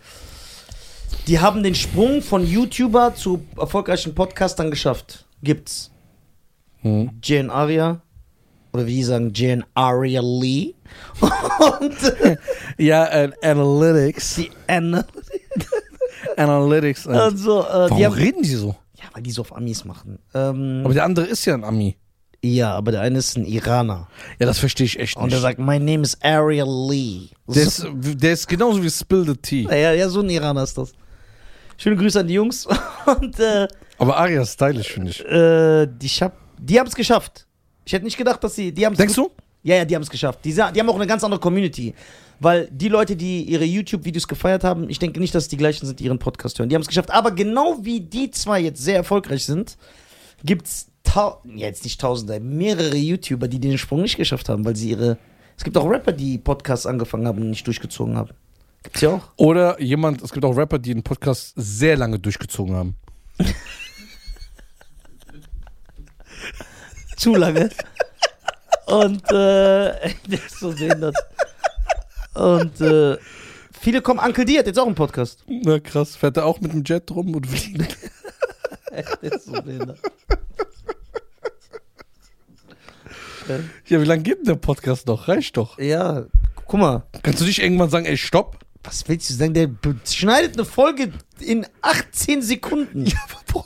Speaker 1: die haben den Sprung von YouTuber zu erfolgreichen Podcastern geschafft. Gibt's.
Speaker 2: Hm.
Speaker 1: Jane Aria. Oder wie die sagen, Jane Aria Lee. Und äh,
Speaker 2: Ja, Analytics.
Speaker 1: die Anna.
Speaker 2: Analytics.
Speaker 1: Und so, äh,
Speaker 2: Warum
Speaker 1: die haben, Hm.
Speaker 2: reden die so?
Speaker 1: ja, weil die so auf Amis machen. Ähm,
Speaker 2: Aber der andere ist ja ein Ami.
Speaker 1: ja, aber der eine ist ein Iraner.
Speaker 2: Ja, das verstehe ich echt
Speaker 1: Und er
Speaker 2: nicht.
Speaker 1: sagt, my name is Ariel Lee.
Speaker 2: Der ist, der ist genauso wie Spill the Tea.
Speaker 1: [LAUGHS] ja, ja, so ein Iraner ist das. Schöne Grüße an die Jungs. [LAUGHS] Und äh,
Speaker 2: Aber Aria ist stylisch, finde ich.
Speaker 1: äh, die, Schab- die haben es geschafft. Ich hätte nicht gedacht, dass sie. Die haben's
Speaker 2: Denkst du?
Speaker 1: Ja, ja, die haben es geschafft. Die, sa- die haben auch eine ganz andere Community. Weil die Leute, die ihre YouTube-Videos gefeiert haben, ich denke nicht, dass es die gleichen sind, die ihren Podcast hören. Die haben es geschafft. Aber genau wie die zwei jetzt sehr erfolgreich sind, gibt es jetzt nicht tausende, mehrere YouTuber, die den Sprung nicht geschafft haben, weil sie ihre. Es gibt auch Rapper, die Podcasts angefangen haben und nicht durchgezogen haben. Gibt's ja auch.
Speaker 2: Oder jemand, es gibt auch Rapper, die einen Podcast sehr lange durchgezogen haben.
Speaker 1: [LAUGHS] Zu lange. und äh, [LAUGHS] der ist so behindert. Und äh, viele kommen. Uncle D hat jetzt auch einen Podcast.
Speaker 2: Na krass, fährt er auch mit dem Jet rum und fliegt.
Speaker 1: Der ist so behindert.
Speaker 2: [LAUGHS] Ja, wie lange geht denn der Podcast noch? Reicht doch.
Speaker 1: Äh, Ja, guck mal,
Speaker 2: Kannst du nicht irgendwann sagen, ey, [LAUGHS] stopp?
Speaker 1: was willst du sagen? Der be- schneidet eine Folge in 18 Sekunden.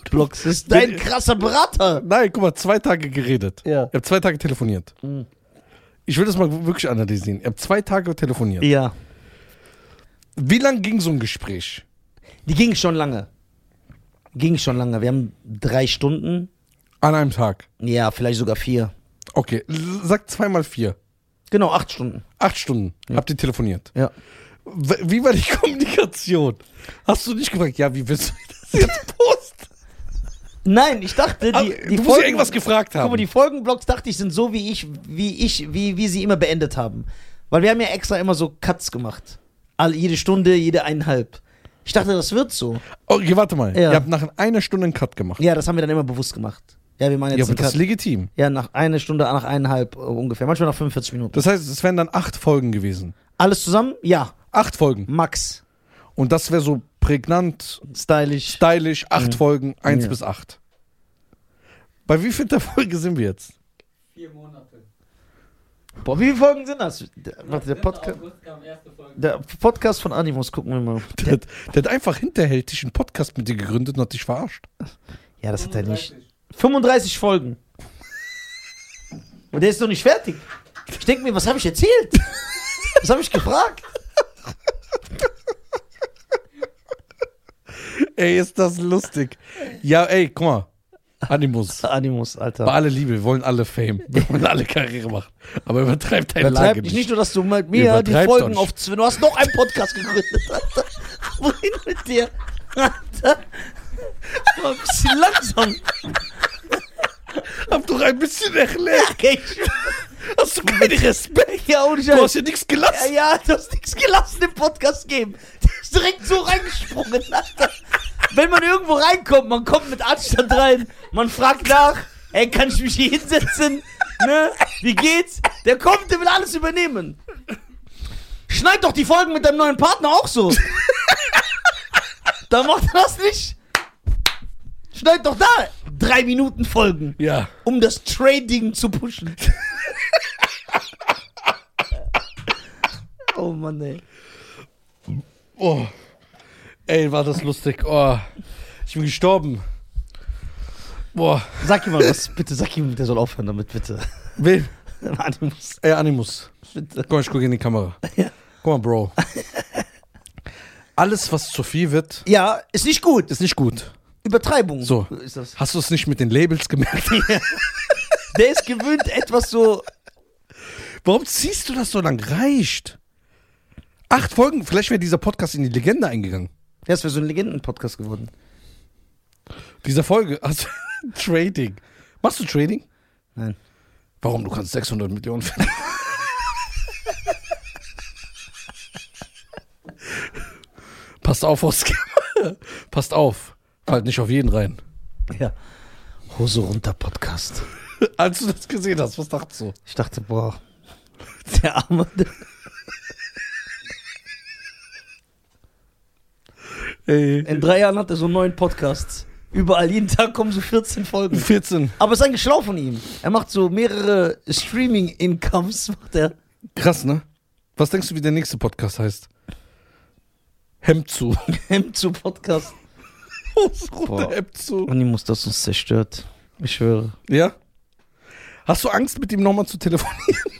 Speaker 1: Blocks ist dein krasser Berater.
Speaker 2: Nein, guck mal, zwei Tage geredet.
Speaker 1: Ja. Mhm.
Speaker 2: Ihr habt zwei Tage telefoniert. Ich will das mal wirklich analysieren. Ihr habt zwei Tage telefoniert.
Speaker 1: Ja,
Speaker 2: Wie lang ging so ein Gespräch?
Speaker 1: die ging schon lange. Ging schon lange. Wir haben drei Stunden.
Speaker 2: An einem Tag.
Speaker 1: Ja, vielleicht sogar vier.
Speaker 2: Okay, l- sag zweimal vier.
Speaker 1: Genau, acht Stunden.
Speaker 2: Acht Stunden habt ihr telefoniert.
Speaker 1: Ja.
Speaker 2: W- Wie war die [LAUGHS] Kommunikation? Hast du nicht gefragt, ja, wie willst du [LAUGHS] das jetzt posten?
Speaker 1: Nein, ich dachte,
Speaker 2: Ah,
Speaker 1: die, die
Speaker 2: du musst ja
Speaker 1: Folgen-
Speaker 2: irgendwas gefragt haben.
Speaker 1: Guck mal, die Folgenblocks dachte ich sind so wie ich, wie ich, wie wie sie immer beendet haben, weil wir haben ja extra immer so Cuts gemacht, All, jede Stunde, jede eineinhalb. Ich dachte, das wird so.
Speaker 2: okay, warte mal.
Speaker 1: Ja.
Speaker 2: Ihr habt nach einer Stunde einen Cut gemacht.
Speaker 1: Ja, das haben wir dann immer bewusst gemacht. Ja, wir machen
Speaker 2: Ja,
Speaker 1: jetzt
Speaker 2: aber
Speaker 1: einen
Speaker 2: das ist
Speaker 1: Cut.
Speaker 2: legitim.
Speaker 1: Ja, nach einer Stunde, nach eineinhalb äh, ungefähr, manchmal nach 45 Minuten.
Speaker 2: Das heißt, es wären dann acht Folgen gewesen.
Speaker 1: Alles zusammen? Ja,
Speaker 2: Acht Folgen.
Speaker 1: Max,
Speaker 2: Und das wäre so prägnant,
Speaker 1: stylisch.
Speaker 2: stylisch, acht Folgen, eins
Speaker 1: Ja.
Speaker 2: bis acht. Bei wie viel der Folge sind wir jetzt?
Speaker 3: Vier Monate.
Speaker 1: Boah, wie viele Folgen sind das? Der, warte, der, Podcast,
Speaker 3: August kam erste Folge.
Speaker 1: der Podcast von Animus, gucken wir mal.
Speaker 2: Der, hat- der hat einfach hinterhältig einen Podcast mit dir gegründet und hat dich verarscht.
Speaker 1: Ja, das hat er nicht. 35 Folgen. Und der ist noch nicht fertig. Ich denke mir, was habe ich erzählt? Was habe ich gefragt?
Speaker 2: Ey, ist das lustig. Ja, ey, guck mal. Animus.
Speaker 1: Animus,
Speaker 2: Bei
Speaker 1: Alter.
Speaker 2: alle Liebe, wir wollen alle Fame. Wir wollen alle Karriere machen. Aber übertreib deine
Speaker 1: Übertreib
Speaker 2: Lage
Speaker 1: dich
Speaker 2: nicht.
Speaker 1: nicht nur, dass du mit mir die
Speaker 2: Übertreib's doch
Speaker 1: Folgen
Speaker 2: nicht.
Speaker 1: auf. Du hast noch einen Podcast gegründet, Alter. Wohin mit dir? Alter. Mal ein bisschen langsam.
Speaker 2: Hab doch ein bisschen erklärt.
Speaker 1: Okay.
Speaker 2: Hast du keinen Respekt?
Speaker 1: Ja, ohne
Speaker 2: Du
Speaker 1: Scheiß.
Speaker 2: hast ja nichts
Speaker 1: Ja,
Speaker 2: gelassen.
Speaker 1: ja, du hast nichts gelassen im Podcast geben. Der ist direkt so reingesprungen, Alter. Wenn man irgendwo reinkommt, man kommt mit Anstand rein, man fragt nach, ey, kann ich mich hier hinsetzen? Ne? Wie geht's? Der kommt, der will alles übernehmen. Schneid doch die Folgen mit deinem neuen Partner auch so. Dann macht er das nicht. Schneid doch da drei Minuten Folgen
Speaker 2: Ja.
Speaker 1: um das Trading zu pushen. [LAUGHS] Oh Mann, ey.
Speaker 2: Oh. Ey, war das lustig. Oh. Ich bin gestorben. Boah.
Speaker 1: Sag ihm mal was, bitte, sag ihm, der soll aufhören damit, bitte. [LAUGHS]
Speaker 2: Wen?
Speaker 1: Animus,
Speaker 2: Ey, Animus.
Speaker 1: bitte.
Speaker 2: Guck mal, ich gucke in die Kamera.
Speaker 1: Ja.
Speaker 2: Guck mal, [LAUGHS] Bro. Alles, was zu viel wird,
Speaker 1: Ja, ist nicht gut.
Speaker 2: ist nicht gut.
Speaker 1: Übertreibung.
Speaker 2: So.
Speaker 1: Ist das.
Speaker 2: Hast du es nicht mit den Labels gemerkt?
Speaker 1: Der ist gewöhnt, [LAUGHS] etwas so.
Speaker 2: Warum ziehst du das so lang? Reicht. Acht Folgen, vielleicht wäre dieser Podcast in die Legende eingegangen.
Speaker 1: Der ist für so einen Legenden-Podcast geworden.
Speaker 2: Dieser Folge. Also, [LAUGHS] Trading. Machst du Trading?
Speaker 1: Nein.
Speaker 2: Warum? Du kannst 600 Millionen verdienen. [LAUGHS] Passt auf, Oskar. [LAUGHS] Passt auf. Fällt nicht auf jeden rein.
Speaker 1: Ja. Hose runter Podcast.
Speaker 2: Als du das gesehen hast, was dachtest du?
Speaker 1: Ich dachte, boah, der Arme.
Speaker 2: Ey.
Speaker 1: In drei Jahren hat er so neun Podcasts. Überall, jeden Tag kommen so 14 Folgen.
Speaker 2: 14.
Speaker 1: Aber es ist eigentlich schlau von ihm. Er macht so mehrere Streaming-Incomes, [LAUGHS] macht er.
Speaker 2: Krass, ne? Was denkst du, wie der nächste Podcast heißt? Hemd zu.
Speaker 1: Hemd zu Podcast.
Speaker 2: Runde
Speaker 1: Boah.
Speaker 2: Hemd zu.
Speaker 1: Und muss das uns zerstört. Ich schwöre.
Speaker 2: Ja? Hast du Angst, mit ihm nochmal zu telefonieren? [LAUGHS]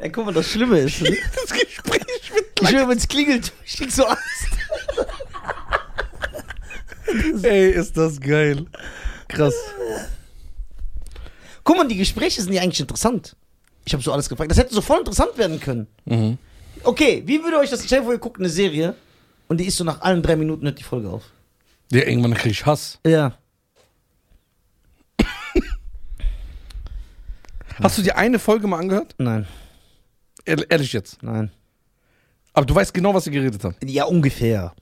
Speaker 1: Ja, guck mal, das Schlimme ist. ne?
Speaker 2: Das Gespräch mit
Speaker 1: Ich schwöre, wenn es klingelt, ich krieg so Angst.
Speaker 2: Ey, ist das geil. Krass.
Speaker 1: Guck mal, die Gespräche sind ja eigentlich interessant. Ich habe so alles gefragt. Das hätte so voll interessant werden können.
Speaker 2: Mhm.
Speaker 1: Okay, wie würde euch das stellen, vor ihr guckt eine Serie und die ist so nach allen drei Minuten hört die Folge auf?
Speaker 2: Ja, irgendwann krieg ich Hass.
Speaker 1: Ja.
Speaker 2: Hast du dir eine Folge mal angehört?
Speaker 1: Nein,
Speaker 2: Ehr- Ehrlich jetzt.
Speaker 1: nein.
Speaker 2: Aber du weißt genau, was wir geredet haben.
Speaker 1: Ja, ungefähr.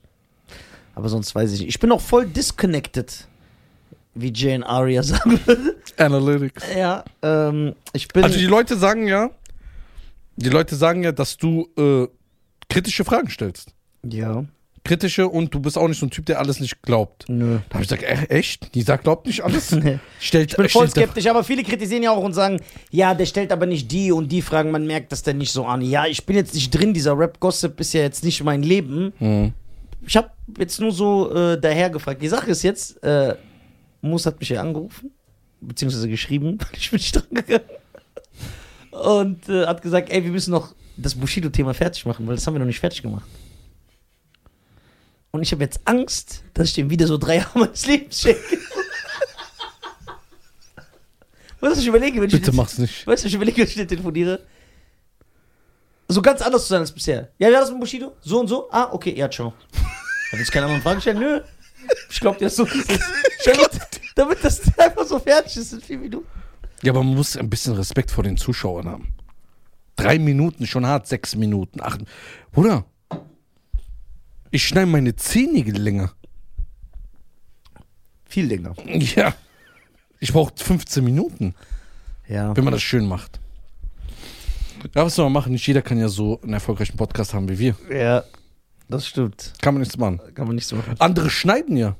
Speaker 1: Aber sonst weiß ich nicht. Ich bin auch voll disconnected, wie Jane Aria [LAUGHS] sagen würde.
Speaker 2: Analytics.
Speaker 1: Ja, ähm, ich bin.
Speaker 2: Also die Leute sagen ja, die Leute sagen ja, dass du äh, kritische Fragen stellst.
Speaker 1: ja,
Speaker 2: Kritische und du bist auch nicht so ein Typ, der alles nicht glaubt.
Speaker 1: nö.
Speaker 2: Da habe ich gesagt, e- echt? Die sagt, glaubt nicht
Speaker 1: [LAUGHS]
Speaker 2: alles?
Speaker 1: Nee.
Speaker 2: Stellt,
Speaker 1: Ich bin voll
Speaker 2: stellt der-
Speaker 1: skeptisch, aber viele kritisieren ja auch und sagen, ja, der stellt aber nicht die und die Fragen, man merkt das denn nicht so an. Ja, ich bin jetzt nicht drin, dieser Rap-Gossip ist ja jetzt nicht mein Leben.
Speaker 2: Mhm.
Speaker 1: Ich habe jetzt nur so äh, daher gefragt. Die Sache ist jetzt, äh, Moos hat mich ja angerufen, beziehungsweise geschrieben, [LAUGHS] weil ich bin nicht dran gegangen. Und äh, hat gesagt, ey, wir müssen noch das Bushido-Thema fertig machen, weil das haben wir noch nicht fertig gemacht. Und ich habe jetzt Angst, dass ich dem wieder so drei [LAUGHS] Jahre meines Lebens schenke. [LAUGHS] Weißt du, was ich überlege, wenn ich
Speaker 2: Bitte
Speaker 1: jetzt-
Speaker 2: mach's
Speaker 1: [LAUGHS]
Speaker 2: nicht.
Speaker 1: Weißt du, ich überlege, wenn ich dir telefoniere. So ganz anders zu sein als bisher. Ja, ja, das mit Bushido. So und so. Ah, okay, ja, ciao. Da willst du keine anderen Fragen stellen? Nö. Ich glaube, der ist so. ist es. damit, damit das einfach so fertig ist in vier Minuten.
Speaker 2: Ja, aber man muss ein bisschen Respekt vor den Zuschauern haben. Drei Minuten, schon hart, sechs Minuten, acht. Bruder, ich schneide meine Zähnigel länger.
Speaker 1: Viel länger.
Speaker 2: [LAUGHS] Ja. Ich brauche 15 Minuten.
Speaker 1: Ja.
Speaker 2: wenn man das schön macht. Ja, was soll man machen? Nicht jeder kann ja so einen erfolgreichen Podcast haben wie wir.
Speaker 1: Ja, das stimmt.
Speaker 2: Kann man nichts machen.
Speaker 1: Kann man nicht so machen.
Speaker 2: Andere schneiden ja.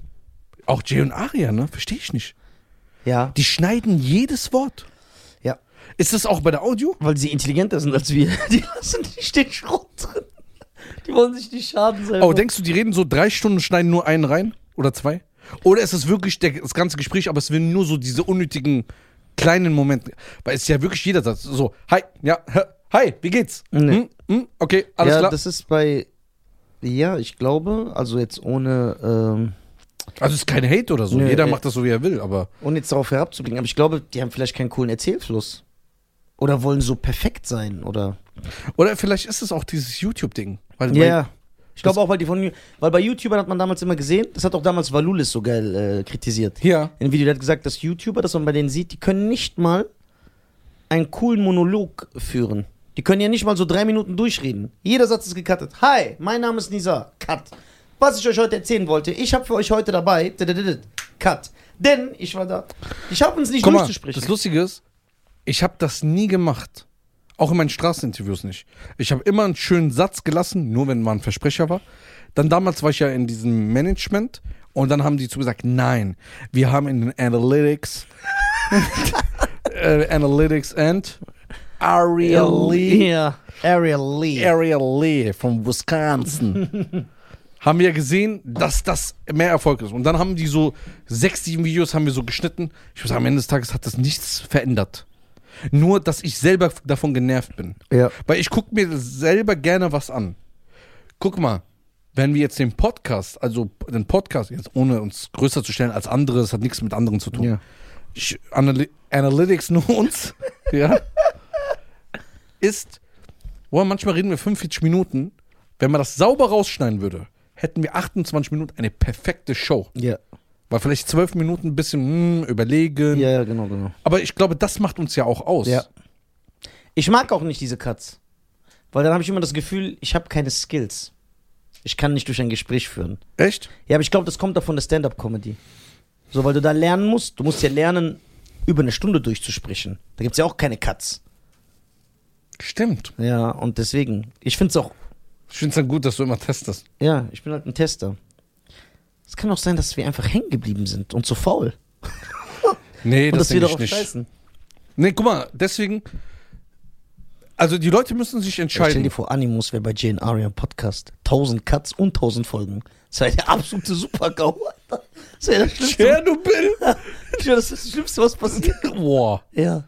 Speaker 2: Auch Jay und Aria, ne? Verstehe ich nicht.
Speaker 1: Ja.
Speaker 2: Die schneiden jedes Wort.
Speaker 1: Ja.
Speaker 2: Ist das auch bei der Audio?
Speaker 1: Weil sie intelligenter sind als wir. Die lassen nicht den Schrott drin. Die wollen sich nicht schaden selber.
Speaker 2: Oh, denkst du, die reden so drei Stunden und schneiden nur einen rein? Oder zwei? Oder ist es wirklich der, das ganze Gespräch, aber es werden nur so diese unnötigen kleinen Momente? Weil es ist ja wirklich jeder Satz. So, hi, ja, hä, hi, wie geht's?
Speaker 1: Nee.
Speaker 2: Hm, hm, okay, alles
Speaker 1: ja,
Speaker 2: klar.
Speaker 1: das ist bei. Ja, ich glaube, also jetzt ohne. Ähm,
Speaker 2: Also es ist kein Hate oder so.
Speaker 1: Nee,
Speaker 2: jeder
Speaker 1: äh,
Speaker 2: macht das so, wie er will, aber.
Speaker 1: ohne jetzt darauf herabzublicken, aber ich glaube, die haben vielleicht keinen coolen Erzählfluss. Oder wollen so perfekt sein, oder?
Speaker 2: Oder vielleicht ist es auch dieses YouTube-Ding. Weil- weil-
Speaker 1: Ich glaube auch, weil die von. Weil bei YouTubern hat man damals immer gesehen, das hat auch damals Valulis so geil äh, kritisiert.
Speaker 2: Ja.
Speaker 1: In dem Video, der hat gesagt, dass YouTuber, das man bei denen sieht, die können nicht mal einen coolen Monolog führen. Die können ja nicht mal so drei Minuten durchreden. Jeder Satz ist gecuttet. Hi, mein Name ist Nisa. Cut. Was ich euch heute erzählen wollte, ich habe für euch heute dabei. didididid, Cut. Denn ich war da. Ich habe uns nicht
Speaker 2: Guck mal,
Speaker 1: durchzusprechen.
Speaker 2: das Lustige ist, ich habe das nie gemacht. Auch in meinen Straßeninterviews nicht. Ich habe immer einen schönen Satz gelassen, nur wenn mal ein Versprecher war. Dann damals war ich ja in diesem Management und dann haben die zugesagt, nein, [LAUGHS] wir haben in den Analytics, äh, Analytics and Ariel Lee.
Speaker 1: Ja, Ariel Lee.
Speaker 2: Ariel Lee von Wisconsin. [LAUGHS] haben wir gesehen, dass das mehr Erfolg ist. Und dann haben die so sechs, sieben Videos haben wir so geschnitten. Ich muss sagen, am Ende des Tages hat das nichts verändert. Nur, dass ich selber davon genervt bin.
Speaker 1: ja.
Speaker 2: Weil ich gucke mir selber gerne was an. Guck mal, wenn wir jetzt den Podcast, also den Podcast, jetzt ohne uns größer zu stellen als andere, es hat nichts mit anderen zu tun.
Speaker 1: Ja.
Speaker 2: Ich, Anal Analytics nur uns, [LAUGHS] ja, ist, boah, manchmal reden wir 45 Minuten. Wenn man das sauber rausschneiden würde, hätten wir 28 Minuten eine perfekte Show.
Speaker 1: Ja.
Speaker 2: Weil vielleicht 12 Minuten ein bisschen hm, überlegen.
Speaker 1: ja, ja, genau, genau.
Speaker 2: Aber ich glaube, das macht uns ja auch aus.
Speaker 1: Ja. Ich mag auch nicht diese Cuts. Weil dann habe ich immer das Gefühl, ich habe keine Skills. Ich kann nicht durch ein Gespräch führen.
Speaker 2: Echt?
Speaker 1: Ja, aber ich glaube, das kommt davon der Stand-up-Comedy. So, weil du da lernen musst. Du musst ja lernen, über eine Stunde durchzusprechen. Da gibt es ja auch keine Cuts.
Speaker 2: Stimmt.
Speaker 1: Ja, und deswegen. Ich finde es auch.
Speaker 2: Ich finde es dann gut, dass du immer testest.
Speaker 1: Ja, ich bin halt ein Tester. Es kann auch sein, dass wir einfach hängen geblieben sind und zu faul.
Speaker 2: Nee,
Speaker 1: Und
Speaker 2: das
Speaker 1: dass wir
Speaker 2: denke ich
Speaker 1: darauf
Speaker 2: nicht.
Speaker 1: scheißen.
Speaker 2: Nee, guck mal, deswegen. Also die Leute müssen sich
Speaker 1: Ja, Stell
Speaker 2: entscheiden.
Speaker 1: dir vor, Animus wäre bei Jane Arian Podcast. 1000 Cuts und 1000 Folgen. Das wäre der absolute Supergau. Alter. Das wäre das Schlimmste.
Speaker 2: Tschernobyl!
Speaker 1: [LAUGHS] Das wäre das Schlimmste, was passiert.
Speaker 2: Boah.
Speaker 1: Ja.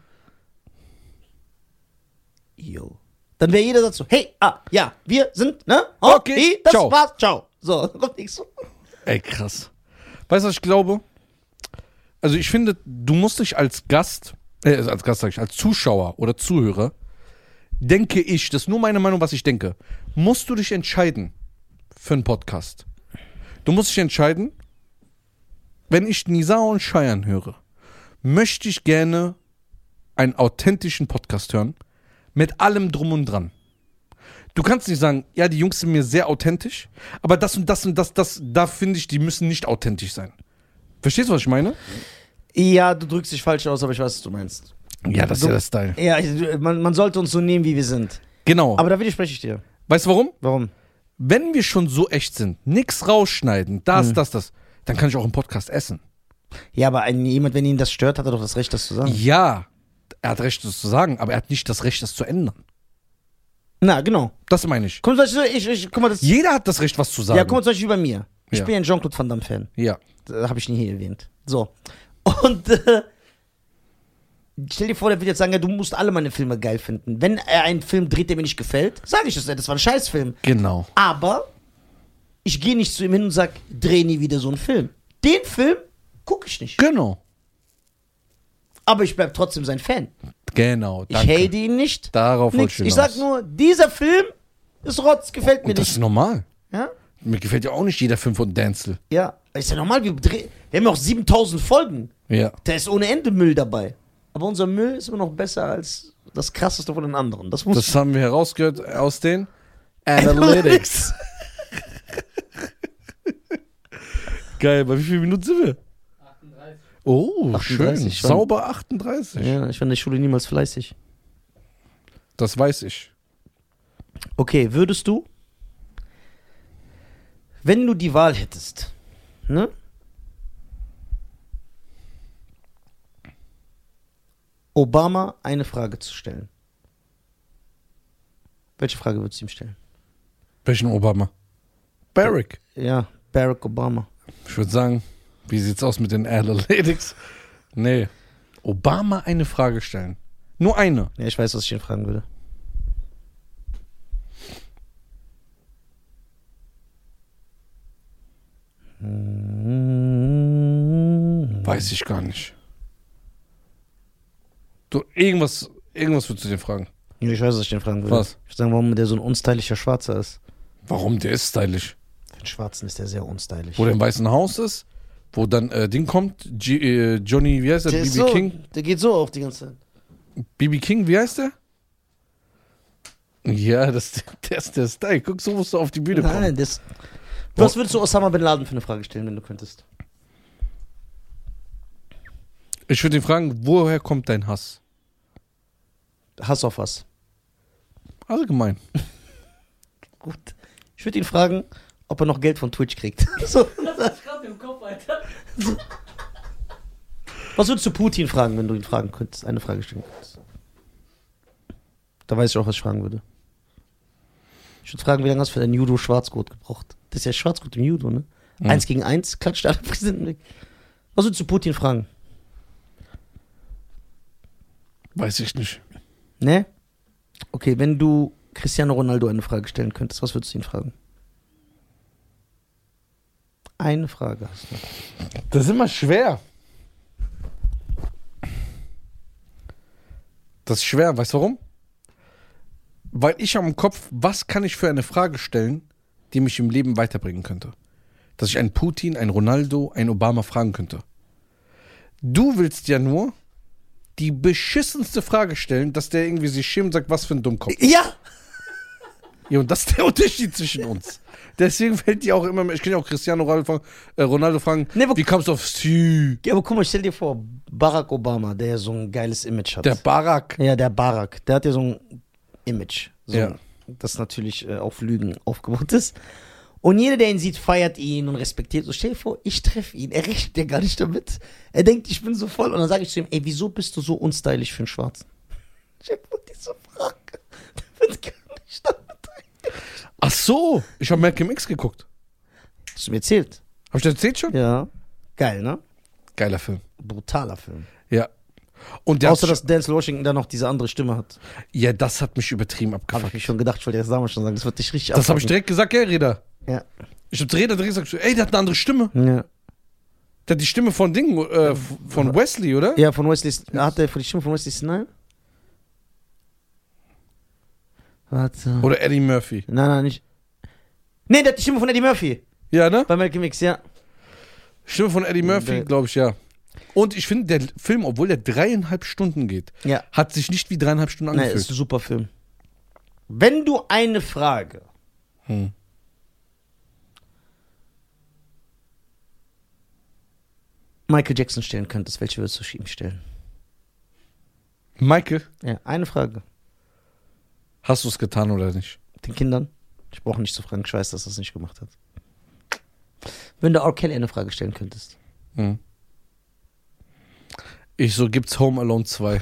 Speaker 1: Jo. Dann wäre jeder dazu, hey, ah, ja, wir sind, ne?
Speaker 2: Okay,
Speaker 1: das
Speaker 2: ciao.
Speaker 1: war's, ciao. So, kommt nichts. so.
Speaker 2: Ey, krass. Weißt du, was ich glaube? Also ich finde, du musst dich als Gast, äh, als Gast sag ich, als Zuschauer oder Zuhörer, denke ich, das ist nur meine Meinung, was ich denke, musst du dich entscheiden für einen Podcast. Du musst dich entscheiden, wenn ich Nisa und Scheiern höre, möchte ich gerne einen authentischen Podcast hören, mit allem drum und dran. Du kannst nicht sagen, ja, die Jungs sind mir sehr authentisch, aber das und das und das, das, da finde ich, die müssen nicht authentisch sein. Verstehst du, was ich meine?
Speaker 1: Ja, du drückst dich falsch aus, aber ich weiß, was du meinst.
Speaker 2: Ja, das
Speaker 1: ist ja der
Speaker 2: Style.
Speaker 1: Ja, ich, man, man sollte uns so nehmen, wie wir sind.
Speaker 2: Genau.
Speaker 1: Aber da widerspreche ich dir.
Speaker 2: weißt du warum?
Speaker 1: Warum?
Speaker 2: Wenn wir schon so echt sind, nix rausschneiden, das, das, das, dann kann ich auch im Podcast essen.
Speaker 1: Ja, aber ein, jemand, wenn ihn das stört, hat er doch das Recht, das zu sagen.
Speaker 2: Ja, er hat Recht, das zu sagen, aber er hat nicht das Recht, das zu ändern.
Speaker 1: Na, genau.
Speaker 2: Das meine ich.
Speaker 1: Komm, zum Beispiel, ich, ich, guck mal, das,
Speaker 2: Jeder hat das Recht, was zu sagen.
Speaker 1: ja, guck mal, zum Beispiel bei mir. Ich
Speaker 2: Ja.
Speaker 1: bin ja ein Jean-Claude Van Damme-Fan.
Speaker 2: ja.
Speaker 1: habe ich nie hier erwähnt. So. Und äh, stell dir vor, der wird jetzt sagen, ja, du musst alle meine Filme geil finden. Wenn er einen Film dreht, der mir nicht gefällt, sage ich das, das war ein Scheißfilm.
Speaker 2: Genau.
Speaker 1: Aber ich gehe nicht zu ihm hin und sage, dreh nie wieder so einen Film. Den Film gucke ich nicht.
Speaker 2: Genau.
Speaker 1: Aber ich bleib trotzdem sein Fan.
Speaker 2: Genau.
Speaker 1: Ich hate ihn nicht.
Speaker 2: Darauf wollte
Speaker 1: nix.
Speaker 2: ich
Speaker 1: Ich sag
Speaker 2: hinaus.
Speaker 1: nur, dieser Film ist Rotz, gefällt mir
Speaker 2: Und das
Speaker 1: nicht.
Speaker 2: ist normal.
Speaker 1: Ja?
Speaker 2: Mir gefällt ja auch nicht jeder Film von Denzel.
Speaker 1: ja, ist ja normal, wir, dreh- wir haben ja auch 7000 Folgen.
Speaker 2: Ja.
Speaker 1: Da ist ohne Ende Müll dabei. Aber unser Müll ist immer noch besser als das krasseste von den anderen. Das muss [LAUGHS]
Speaker 2: Das haben wir herausgehört aus den
Speaker 1: Analytics.
Speaker 2: [LAUGHS] Geil, bei wie vielen Minuten sind wir?
Speaker 3: 38.
Speaker 2: Oh,
Speaker 1: 38,
Speaker 2: schön.
Speaker 1: schon.
Speaker 2: Sauber 38.
Speaker 1: Ja, ich war in der Schule niemals fleißig.
Speaker 2: Das weiß ich.
Speaker 1: Okay, würdest du, wenn du die Wahl hättest, ne? Obama eine Frage zu stellen. Welche Frage würdest du ihm stellen?
Speaker 2: Welchen Obama? Barrick.
Speaker 1: Ja, Barack Obama.
Speaker 2: Ich würde sagen, wie sieht's aus mit den Analytics? Nee. Obama eine Frage stellen. Nur eine.
Speaker 1: Ja, ich weiß, was ich ihn fragen würde.
Speaker 2: Weiß ich gar nicht. Du, irgendwas, irgendwas würdest du dir fragen.
Speaker 1: Ja, ich weiß, was ich ihn fragen würde.
Speaker 2: Was?
Speaker 1: Ich würde sagen, warum der so ein unstylischer Schwarzer ist.
Speaker 2: Warum? Der ist stylisch.
Speaker 1: Für einen Schwarzen ist der sehr unstylisch.
Speaker 2: Wo der im Weißen Haus ist, wo dann äh, Ding kommt, G äh, Johnny, wie heißt der?
Speaker 1: der,
Speaker 2: BB
Speaker 1: ist so,
Speaker 2: King.
Speaker 1: der geht so auf die ganze Zeit.
Speaker 2: BB King, wie heißt der? Ja, das, der ist der Style. Guck, so musst du auf die Bühne kommen.
Speaker 1: Nein, das. Was würdest du Osama Bin Laden für eine Frage stellen, wenn du könntest?
Speaker 2: Ich würde ihn fragen, woher kommt dein Hass?
Speaker 1: Hass auf was?
Speaker 2: Allgemein.
Speaker 1: Gut. Ich würde ihn fragen, ob er noch Geld von Twitch kriegt. [LAUGHS] so.
Speaker 3: Das ist gerade im Kopf, Alter.
Speaker 1: Was würdest du Putin fragen, wenn du ihn fragen könntest? Eine Frage stellen könntest. Da weiß ich auch, was ich fragen würde. Ich würde fragen, wie lange hast du für deinen Judo-Schwarzgurt gebraucht? Das ist ja Schwarzgurt im Judo, ne? Eins gegen eins, klatscht alle [LAUGHS] Präsidenten weg. Was würdest du Putin fragen?
Speaker 2: Weiß ich nicht.
Speaker 1: Ne? Okay, wenn du Cristiano Ronaldo eine Frage stellen könntest, was würdest du ihn fragen? Eine Frage hast du.
Speaker 2: Das ist immer schwer. Das ist schwer, weißt du warum? Weil ich am Kopf, was kann ich für eine Frage stellen, die mich im Leben weiterbringen könnte? Dass ich einen Putin, einen Ronaldo, einen Obama fragen könnte. Du willst ja nur die beschissenste Frage stellen, dass der irgendwie sich schämt und sagt, was für ein Dummkopf.
Speaker 1: Ja!
Speaker 2: Ja, und das ist der [LAUGHS] Unterschied zwischen uns. Deswegen fällt dir auch immer mehr. Ich kann ja auch Cristiano Ronaldo fragen, äh, Ronaldo fragen
Speaker 1: Nee, wo-
Speaker 2: wie kommst du auf Sü?
Speaker 1: Ja, aber guck mal, stell dir vor, Barack Obama, der ja so ein geiles Image hat.
Speaker 2: Der Barack.
Speaker 1: ja, der Barack, der hat ja so ein Image. So
Speaker 2: Ja.
Speaker 1: ein- Das natürlich äh, auf Lügen aufgebaut ist. Und jeder, der ihn sieht, feiert ihn und respektiert. So, stell dir vor, ich treffe ihn. Er rechnet ja gar nicht damit. Er denkt, ich bin so voll. Und dann sage ich zu ihm, ey, wieso bist du so unstylisch für einen Schwarzen? Ich hab nur diese Frage. Der wird gar nicht damit rein.
Speaker 2: Ach so, ich habe Malcolm X geguckt.
Speaker 1: Hast du mir erzählt?
Speaker 2: Hab ich das erzählt schon?
Speaker 1: Ja. Geil, ne?
Speaker 2: Geiler Film.
Speaker 1: Brutaler Film.
Speaker 2: Ja. Und der
Speaker 1: Außer,
Speaker 2: hat,
Speaker 1: dass Dance Washington da noch diese andere Stimme hat.
Speaker 2: ja, das hat mich übertrieben
Speaker 1: Habe ich
Speaker 2: abgefuckt.
Speaker 1: mir schon gedacht, ich wollte das damals schon sagen. Das wird dich richtig
Speaker 2: Das habe ich
Speaker 1: abfacken.
Speaker 2: direkt gesagt, gell, Reda?
Speaker 1: Ja.
Speaker 2: Ich habe zu Reda direkt gesagt, ey, der hat eine andere Stimme.
Speaker 1: Ja.
Speaker 2: Der hat die Stimme von Ding, äh, von Wesley, oder?
Speaker 1: ja, von Wesley. S- Hat er die Stimme Ah, von Wesley Snipes? Warte. Nein,
Speaker 2: Oder Eddie Murphy.
Speaker 1: nein, nicht. Nee, der hat die Stimme von Eddie Murphy.
Speaker 2: Ja, ne?
Speaker 1: Bei Malcolm X, ja.
Speaker 2: Stimme von Eddie Murphy,
Speaker 1: Der-
Speaker 2: glaube ich, ja. Und ich finde, der Film, obwohl der dreieinhalb Stunden geht,
Speaker 1: Ja.
Speaker 2: hat sich nicht wie dreieinhalb Stunden
Speaker 1: Nee,
Speaker 2: angefühlt.
Speaker 1: ist ein super Film. Wenn du eine Frage
Speaker 2: Hm.
Speaker 1: Michael Jackson stellen könntest, welche würdest du ihm stellen?
Speaker 2: Maike,
Speaker 1: Ja, eine Frage.
Speaker 2: hast du es getan oder nicht?
Speaker 1: Den Kindern. Ich brauche nicht zu fragen, ich weiß, dass er es nicht gemacht hat. Wenn du R. Kelly eine Frage stellen könntest.
Speaker 2: Hm. Ich so, gibt's Home Alone 2?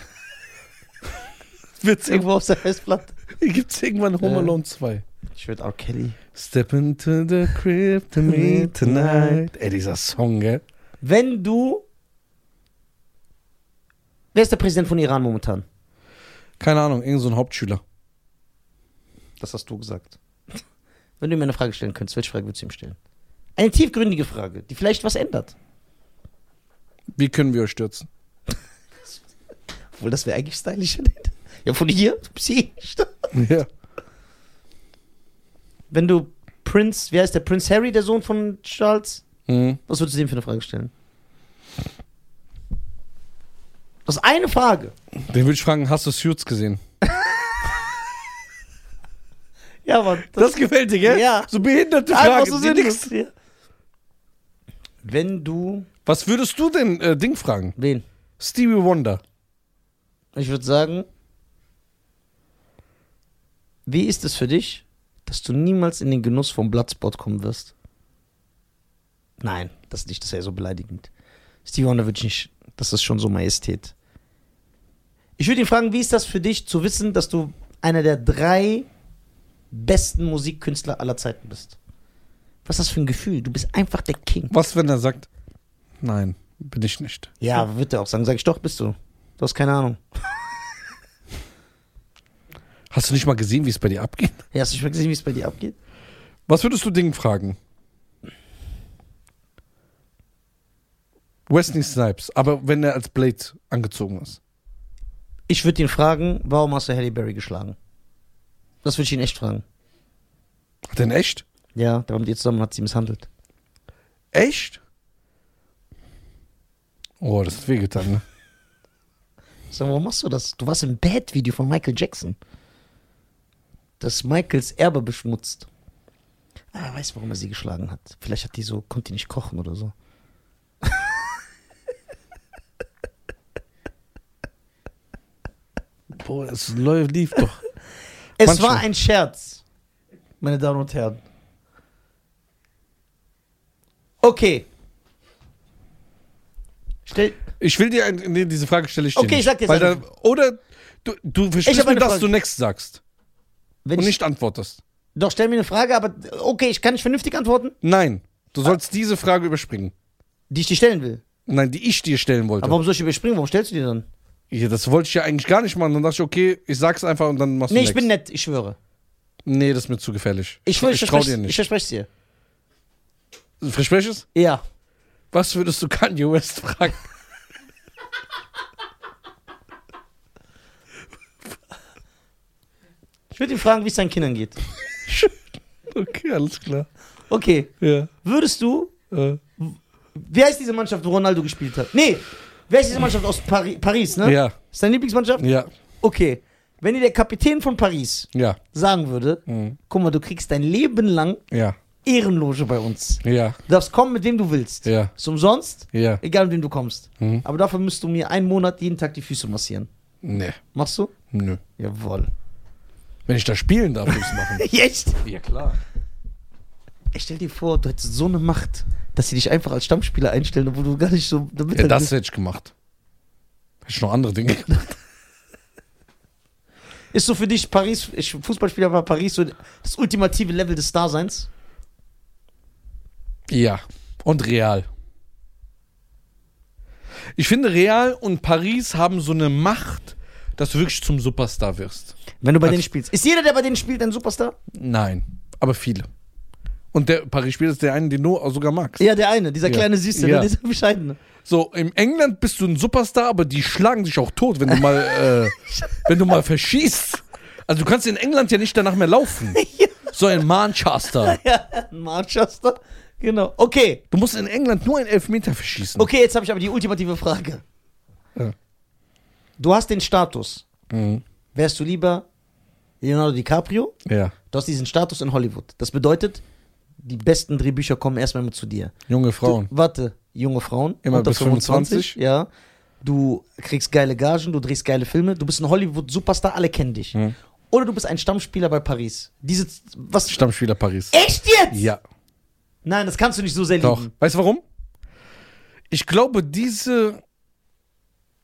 Speaker 2: [LAUGHS] Wird's
Speaker 1: Irgendwo auf der Festplatte.
Speaker 2: [LAUGHS] Gibt's irgendwann Home
Speaker 1: Ja.
Speaker 2: Alone 2?
Speaker 1: Ich würde R. Kelly.
Speaker 2: Step into the crib to me tonight. Ey, dieser Song, gell?
Speaker 1: Wenn du. Wer ist der Präsident von Iran momentan?
Speaker 2: Keine Ahnung, irgend so ein Hauptschüler.
Speaker 1: Das hast du gesagt. Wenn du ihm eine Frage stellen könntest, welche Frage würdest du ihm stellen? Eine tiefgründige Frage, die vielleicht was ändert.
Speaker 2: Wie können wir euch stürzen?
Speaker 1: Obwohl, das wäre eigentlich stylisch. [LAUGHS] Ja, von hier, sie.
Speaker 2: Ja.
Speaker 1: [LAUGHS] Wenn du Prince, wer ist der Prince Harry, der Sohn von Charles?
Speaker 2: Mhm.
Speaker 1: Was würdest du dem für eine Frage stellen? Das ist eine Frage.
Speaker 2: Den würde ich fragen, hast du Suits gesehen?
Speaker 1: Ja, Mann.
Speaker 2: Das gefällt dir, gell?
Speaker 1: Ja.
Speaker 2: So behinderte
Speaker 1: Einfach
Speaker 2: Frage.
Speaker 1: so
Speaker 2: die nix-
Speaker 1: sinnlos. Ja. Wenn du.
Speaker 2: Was würdest du denn äh, Ding fragen?
Speaker 1: Wen?
Speaker 2: Stevie Wonder.
Speaker 1: Ich würde sagen, wie ist es für dich, dass du niemals in den Genuss vom Bloodspot kommen wirst? Nein, das nicht, das wäre so beleidigend. Steve Wonder würde ich nicht, das ist schon so Majestät. Ich würde ihn fragen, wie ist das für dich zu wissen, dass du einer der drei besten Musikkünstler aller Zeiten bist? Was ist das für ein Gefühl? Du bist einfach der King.
Speaker 2: Was, wenn er sagt, nein, bin ich nicht.
Speaker 1: Ja, wird er auch sagen. Sag ich doch, bist du. Du hast keine Ahnung.
Speaker 2: Hast du nicht mal gesehen, wie es bei dir abgeht?
Speaker 1: Ja, hast du schon gesehen, wie es bei dir abgeht?
Speaker 2: Was würdest du Ding fragen? Wesley Snipes, aber wenn er als Blade angezogen ist.
Speaker 1: Ich würde ihn fragen, warum hast du Halle Berry geschlagen? Das würde ich ihn echt fragen.
Speaker 2: Hat er ihn echt?
Speaker 1: Ja, da war mit ihr zusammen, hat sie misshandelt.
Speaker 2: Echt? Oh, das hat wehgetan, ne?
Speaker 1: Sag mal, warum machst du das? Du warst im Bad-Video von Michael Jackson. Das Michaels Erbe beschmutzt. Ah, wer weiß, warum er sie geschlagen hat. Vielleicht hat die so, konnte die nicht kochen oder so.
Speaker 2: Boah, es läuft, lief doch.
Speaker 1: Es
Speaker 2: Manchmal.
Speaker 1: war ein Scherz, meine Damen und Herren. Okay. Stell,
Speaker 2: Ich will dir ein, nee, diese Frage stelle ich dir
Speaker 1: Okay,
Speaker 2: nicht,
Speaker 1: ich sag dir jetzt
Speaker 2: weil da,
Speaker 1: eine
Speaker 2: Oder du, du versprichst
Speaker 1: hab
Speaker 2: mir,
Speaker 1: eine
Speaker 2: dass
Speaker 1: Frage.
Speaker 2: du next sagst
Speaker 1: wenn
Speaker 2: und
Speaker 1: ich,
Speaker 2: nicht antwortest.
Speaker 1: doch, stell mir eine Frage, aber okay, ich kann nicht vernünftig antworten,
Speaker 2: Nein, du sollst diese Frage überspringen.
Speaker 1: die ich dir stellen will.
Speaker 2: Nein, die ich dir stellen wollte.
Speaker 1: Aber warum soll ich überspringen? Warum stellst du die dann?
Speaker 2: ja, das wollte ich ja eigentlich gar nicht machen. Dann dachte ich, okay, ich sag's einfach und dann machst
Speaker 1: Nee,
Speaker 2: du
Speaker 1: ich bin
Speaker 2: next.
Speaker 1: nett, ich schwöre.
Speaker 2: Nee, das ist mir zu gefährlich.
Speaker 1: Ich, schwöre, ich,
Speaker 2: trau
Speaker 1: verspreche-
Speaker 2: dir
Speaker 1: ich
Speaker 2: nicht.
Speaker 1: verspreche es dir.
Speaker 2: Versprech es?
Speaker 1: Ja.
Speaker 2: Was würdest du Kanye West fragen?
Speaker 1: Ich würde ihn fragen, wie es seinen Kindern geht.
Speaker 2: [LAUGHS] okay, alles klar.
Speaker 1: Okay,
Speaker 2: Ja.
Speaker 1: würdest du,
Speaker 2: Äh,
Speaker 1: wer ist diese Mannschaft, wo Ronaldo gespielt hat? Nee, wer ist diese Mannschaft aus Pari Paris, ne?
Speaker 2: ja,
Speaker 1: Ist deine Lieblingsmannschaft?
Speaker 2: ja,
Speaker 1: Okay, wenn dir der Kapitän von Paris
Speaker 2: ja,
Speaker 1: sagen würde,
Speaker 2: Mhm.
Speaker 1: guck mal, du kriegst dein Leben lang
Speaker 2: ja,
Speaker 1: Ehrenloge bei uns.
Speaker 2: ja,
Speaker 1: Du darfst kommen, mit wem du willst.
Speaker 2: ja,
Speaker 1: Ist umsonst,
Speaker 2: ja.
Speaker 1: egal mit wem du kommst.
Speaker 2: Mhm.
Speaker 1: Aber dafür müsst du mir einen Monat jeden Tag die Füße massieren.
Speaker 2: Nee,
Speaker 1: Machst du?
Speaker 2: nö.
Speaker 1: Jawohl.
Speaker 2: Wenn ich da spielen darf, muss ich machen.
Speaker 1: [LAUGHS] Echt?
Speaker 2: [LAUGHS] ja, klar.
Speaker 1: Ich stell dir vor, du hättest so eine Macht, dass sie dich einfach als Stammspieler einstellen, obwohl du gar nicht so damit
Speaker 2: Ja, das hätte ich gemacht. Hätte ich noch andere Dinge [LAUGHS] gemacht.
Speaker 1: Ist so für dich Paris, ich, Fußballspieler war Paris so das ultimative Level des Starseins?
Speaker 2: Ja, und Real. Ich finde, Real und Paris haben so eine Macht, dass du wirklich zum Superstar wirst.
Speaker 1: Wenn du bei
Speaker 2: Als-
Speaker 1: denen spielst. Ist jeder, der bei denen spielt, ein Superstar?
Speaker 2: Nein, aber viele. Und der Paris-Spieler ist der eine, den du auch sogar magst.
Speaker 1: Ja, der eine, dieser
Speaker 2: Ja.
Speaker 1: kleine Süße,
Speaker 2: Ja.
Speaker 1: ne, dieser bescheidene.
Speaker 2: So, in England bist du ein Superstar, aber die schlagen sich auch tot, wenn du mal,
Speaker 1: [LAUGHS]
Speaker 2: äh, wenn du mal verschießt. Also du kannst in England ja nicht danach
Speaker 1: [LAUGHS]
Speaker 2: mehr laufen. So ein Manchester.
Speaker 1: Ja, [LAUGHS] Manchester. Genau. Okay,
Speaker 2: Du musst in England nur einen Elfmeter verschießen.
Speaker 1: okay, jetzt habe ich aber die ultimative Frage.
Speaker 2: Ja.
Speaker 1: Du hast den Status.
Speaker 2: Mhm.
Speaker 1: Wärst du lieber Leonardo DiCaprio?
Speaker 2: Ja.
Speaker 1: Du hast diesen Status in Hollywood. Das bedeutet, die besten Drehbücher kommen erstmal immer zu dir.
Speaker 2: Junge Frauen.
Speaker 1: Du, warte, junge Frauen.
Speaker 2: Immer
Speaker 1: unter
Speaker 2: bis 25?
Speaker 1: Ja. Du kriegst geile Gagen, du drehst geile Filme, du bist ein Hollywood-Superstar, alle kennen dich.
Speaker 2: Hm.
Speaker 1: Oder du bist ein Stammspieler bei Paris. Diese, was?
Speaker 2: Stammspieler Paris.
Speaker 1: Echt jetzt?
Speaker 2: Ja.
Speaker 1: Nein, das kannst du nicht so sehr lieben.
Speaker 2: Doch. Weißt du warum? Ich glaube, diese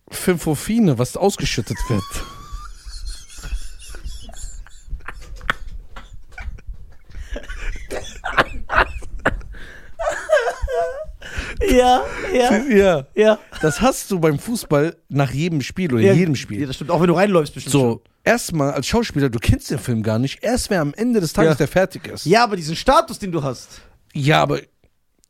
Speaker 2: Fymphofine, was ausgeschüttet wird.
Speaker 1: Ja, [LAUGHS] ja,
Speaker 2: ja.
Speaker 1: ja.
Speaker 2: Das hast du beim Fußball nach jedem Spiel oder
Speaker 1: ja.
Speaker 2: in jedem
Speaker 1: Ja,
Speaker 2: Spiel.
Speaker 1: das stimmt. Auch wenn du reinläufst, bestimmt. schon.
Speaker 2: So, erstmal als Schauspieler, du kennst den Film gar nicht. Erst wer am Ende des Tages
Speaker 1: Ja.
Speaker 2: der fertig ist.
Speaker 1: Ja, aber diesen Status, den du hast.
Speaker 2: Ja, aber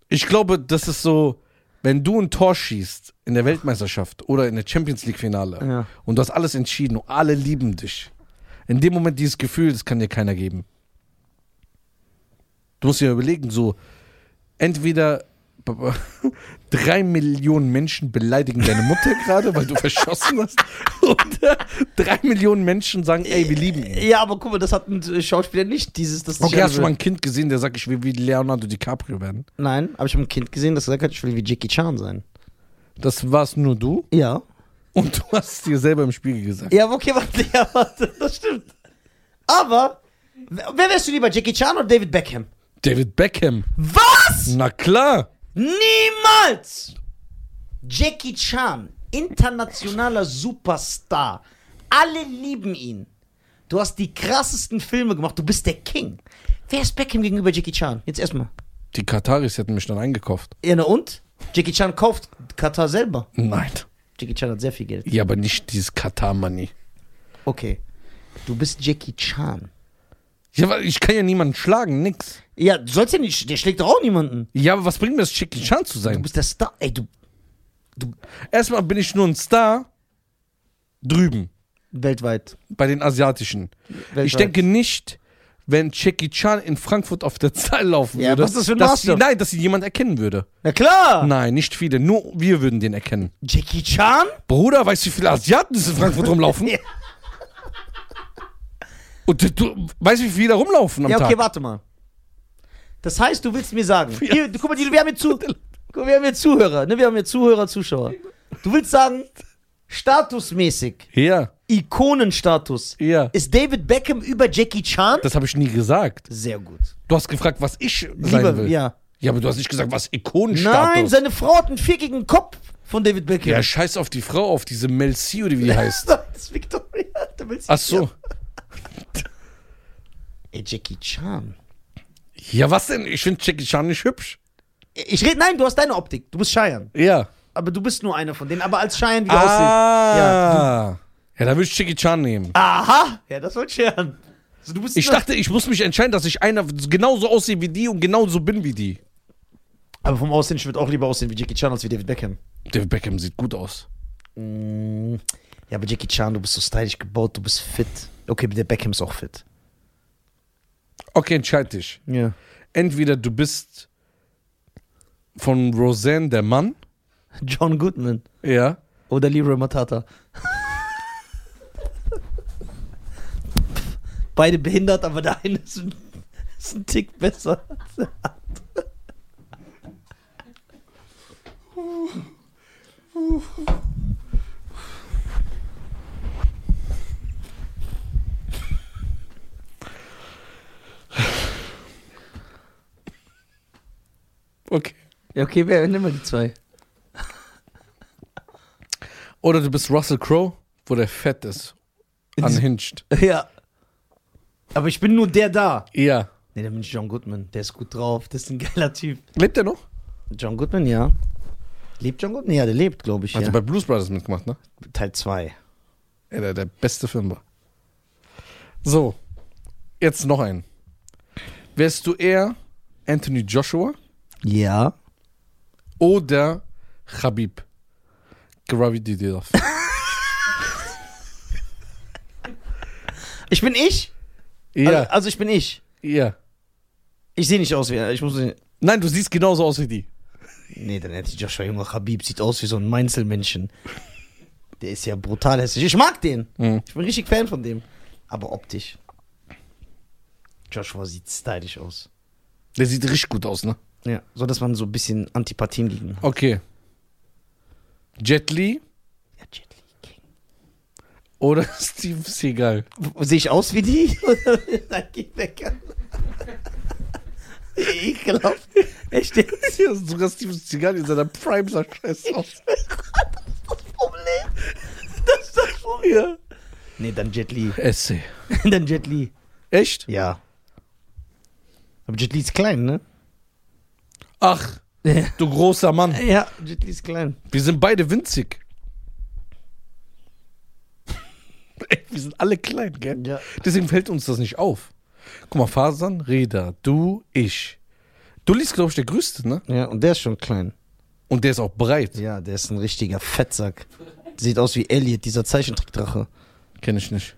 Speaker 2: ich glaube, das ist so, wenn du ein Tor schießt in der Weltmeisterschaft oder in der Champions League Finale
Speaker 1: Ja.
Speaker 2: und du hast alles entschieden und alle lieben dich. In dem Moment dieses Gefühl, das kann dir keiner geben. Du musst dir überlegen, so entweder [LAUGHS] drei Millionen Menschen beleidigen deine Mutter gerade, weil du [LAUGHS] verschossen hast, oder drei Millionen Menschen sagen, ey, wir lieben ihn.
Speaker 1: Ja, aber guck mal, das hat ein äh, Schauspieler nicht, dieses, das
Speaker 2: Okay, hast du mal
Speaker 1: Nein,
Speaker 2: ein Kind gesehen, der sagt, ich will wie Leonardo DiCaprio werden?
Speaker 1: aber ich habe ein Kind gesehen, das gesagt hat, ich will wie Jackie Chan sein.
Speaker 2: Das warst nur du?
Speaker 1: Ja.
Speaker 2: Und du hast es dir selber im Spiegel gesagt.
Speaker 1: Ja, aber okay, [LAUGHS] warte, ja, warte, das stimmt. Aber, wer wer wärst du lieber, Jackie Chan oder David Beckham?
Speaker 2: David Beckham.
Speaker 1: Was?
Speaker 2: Na klar.
Speaker 1: Niemals! Jackie Chan, internationaler Superstar. Alle lieben ihn. Du hast die krassesten Filme gemacht, du bist der King. Wer ist Beckham gegenüber Jackie Chan? Jetzt erstmal.
Speaker 2: Die Kataris hätten mich dann eingekauft.
Speaker 1: Ja, na und? Jackie Chan kauft Katar selber.
Speaker 2: Nein.
Speaker 1: Jackie Chan hat sehr viel Geld.
Speaker 2: Ja, aber nicht dieses Katar-Money.
Speaker 1: Okay. Du bist Jackie Chan.
Speaker 2: Ja, aber ich kann ja niemanden schlagen, nix.
Speaker 1: Ja, du sollst ja nicht, der schlägt doch auch niemanden.
Speaker 2: Ja, aber was bringt mir das, Jackie Chan zu
Speaker 1: Du
Speaker 2: sein?
Speaker 1: bist der Star. Ey, du
Speaker 2: Erstmal bin ich nur ein Star drüben,
Speaker 1: Weltweit.
Speaker 2: bei den Asiatischen.
Speaker 1: Weltweit.
Speaker 2: Ich denke nicht, wenn Jackie Chan in Frankfurt auf der Zahl laufen
Speaker 1: Ja,
Speaker 2: würde.
Speaker 1: was ist das für ein
Speaker 2: dass
Speaker 1: Maßstab?
Speaker 2: sie- Nein, dass sie jemand erkennen würde.
Speaker 1: Na klar!
Speaker 2: Nein, nicht viele. Nur wir würden den erkennen.
Speaker 1: Jackie Chan?
Speaker 2: Bruder, weißt du, wie viele Asiaten es
Speaker 1: [LAUGHS]
Speaker 2: in Frankfurt rumlaufen?
Speaker 1: Ja.
Speaker 2: Und du, du weißt, wie viele da rumlaufen am
Speaker 1: ja, okay,
Speaker 2: Tag?
Speaker 1: warte mal. Das heißt, du willst mir sagen.
Speaker 2: [LAUGHS]
Speaker 1: Hier, guck mal, die- wir haben hier, zu, guck, mal, wir haben hier Zuhörer, ne? Wir haben hier Zuhörer, Zuschauer. Du willst sagen, statusmäßig,
Speaker 2: Ja,
Speaker 1: Ikonenstatus,
Speaker 2: ja.
Speaker 1: ist David Beckham über Jackie Chan?
Speaker 2: Das habe ich nie gesagt.
Speaker 1: Sehr gut.
Speaker 2: Du hast gefragt, was ich sein
Speaker 1: Lieber,
Speaker 2: will.
Speaker 1: ja.
Speaker 2: ja, aber du hast nicht gesagt, was
Speaker 1: Nein,
Speaker 2: Ikonenstatus.
Speaker 1: seine Frau hat einen vierkigen Kopf. Von David Beckham. [LAUGHS]
Speaker 2: Ja, scheiß auf die Frau, auf diese Mel C oder wie die heißt.
Speaker 1: das ist Victoria. Du willst
Speaker 2: Ach so.
Speaker 1: Ey, Jackie Chan.
Speaker 2: Ja, was denn? Ich finde Jackie Chan nicht hübsch.
Speaker 1: Ich rede, nein, du hast deine Optik. Du bist Cheyenne.
Speaker 2: Ja.
Speaker 1: Aber du bist nur einer von denen. Aber als Cheyenne, wie du aussiehst.
Speaker 2: Ah. Ja, da würde ich Jackie Chan nehmen.
Speaker 1: Aha. Ja, das war Cheyenne. Also, du bist
Speaker 2: Ich
Speaker 1: Ah, nur-
Speaker 2: dachte, ich muss mich entscheiden, dass ich einer genauso aussehe wie die und genauso bin wie die.
Speaker 1: Aber vom Aussehen, ich würde auch lieber aussehen wie Jackie Chan als wie David Beckham.
Speaker 2: David Beckham sieht gut aus.
Speaker 1: Mm, Ja, aber Jackie Chan, du bist so stylisch gebaut, du bist fit. Okay, der Beckham ist auch fit.
Speaker 2: Okay, entscheid dich.
Speaker 1: Ja.
Speaker 2: Entweder du bist von Roseanne der Mann.
Speaker 1: John Goodman
Speaker 2: Ja.
Speaker 1: oder Leroy Matata. Beide behindert, aber der eine ist ein, ist ein Tick besser.
Speaker 2: Okay.
Speaker 1: Ja, okay, wer nimmt mal die zwei?
Speaker 2: Oder du bist Russell Crowe, wo der fett ist. Unhinged.
Speaker 1: Ja. Aber ich bin nur der da.
Speaker 2: Ja.
Speaker 1: Nee, dann bin ich John Goodman. Der ist gut drauf. Das ist ein geiler Typ.
Speaker 2: Lebt er noch?
Speaker 1: John Goodman, ja. Lebt John Goodman? Ja, der lebt, glaube ich.
Speaker 2: Hat
Speaker 1: Ja.
Speaker 2: er bei Blues Brothers mitgemacht, ne?
Speaker 1: Teil 2.
Speaker 2: Ey, der, der beste Film war. So, jetzt noch einen. Wärst du eher Anthony Joshua
Speaker 1: Ja.
Speaker 2: oder Khabib? Gravididilov.
Speaker 1: Ich bin ich? Also,
Speaker 2: [LAUGHS] ja,
Speaker 1: also ich bin ich.
Speaker 2: ja.
Speaker 1: Ich sehe nicht aus wie. Ich muss.
Speaker 2: Nein, du siehst genauso aus wie die.
Speaker 1: Nee, dann hätte ich Joshua Junge Habib. Sieht aus wie so ein Meinzelmännchen. Der ist ja brutal hässlich. Ich mag den.
Speaker 2: Mhm.
Speaker 1: Ich bin richtig Fan von dem. Aber optisch. Joshua sieht stylisch aus.
Speaker 2: Der sieht richtig gut aus, ne?
Speaker 1: Ja. So, dass man so ein bisschen Antipathien gegen.
Speaker 2: Okay. Jet Li
Speaker 1: Ja, Jet Li King.
Speaker 2: oder [LAUGHS] Steve Seagal?
Speaker 1: W- Sehe ich aus wie die? [LAUGHS] Oder- Nein, geh weg. Ekelhaft. Echt jetzt?
Speaker 2: Ja, sogar Steve Seagal in seiner Prime sah scheiße aus.
Speaker 1: Das Problem. Das ist das Problem. Ja. Nee, dann Jet Li. [LAUGHS]
Speaker 2: Essay.
Speaker 1: dann Jet Li.
Speaker 2: Echt?
Speaker 1: Ja. Aber Jet Li ist klein, ne?
Speaker 2: Ach, du großer Mann.
Speaker 1: Ja, Jet Li ist klein.
Speaker 2: Wir sind beide winzig. [LAUGHS] Ey, Wir sind alle klein, gell?
Speaker 1: Ja.
Speaker 2: Deswegen fällt uns das nicht auf. Guck mal, Fasan, Reda, du, ich. Du liest, glaube ich, der Größte, ne?
Speaker 1: Ja, und der ist schon klein.
Speaker 2: Und der ist auch breit.
Speaker 1: Ja, der ist ein richtiger Fettsack. Sieht aus wie Elliot, dieser [LAUGHS] Zeichentrickdrache.
Speaker 2: Kenne ich nicht.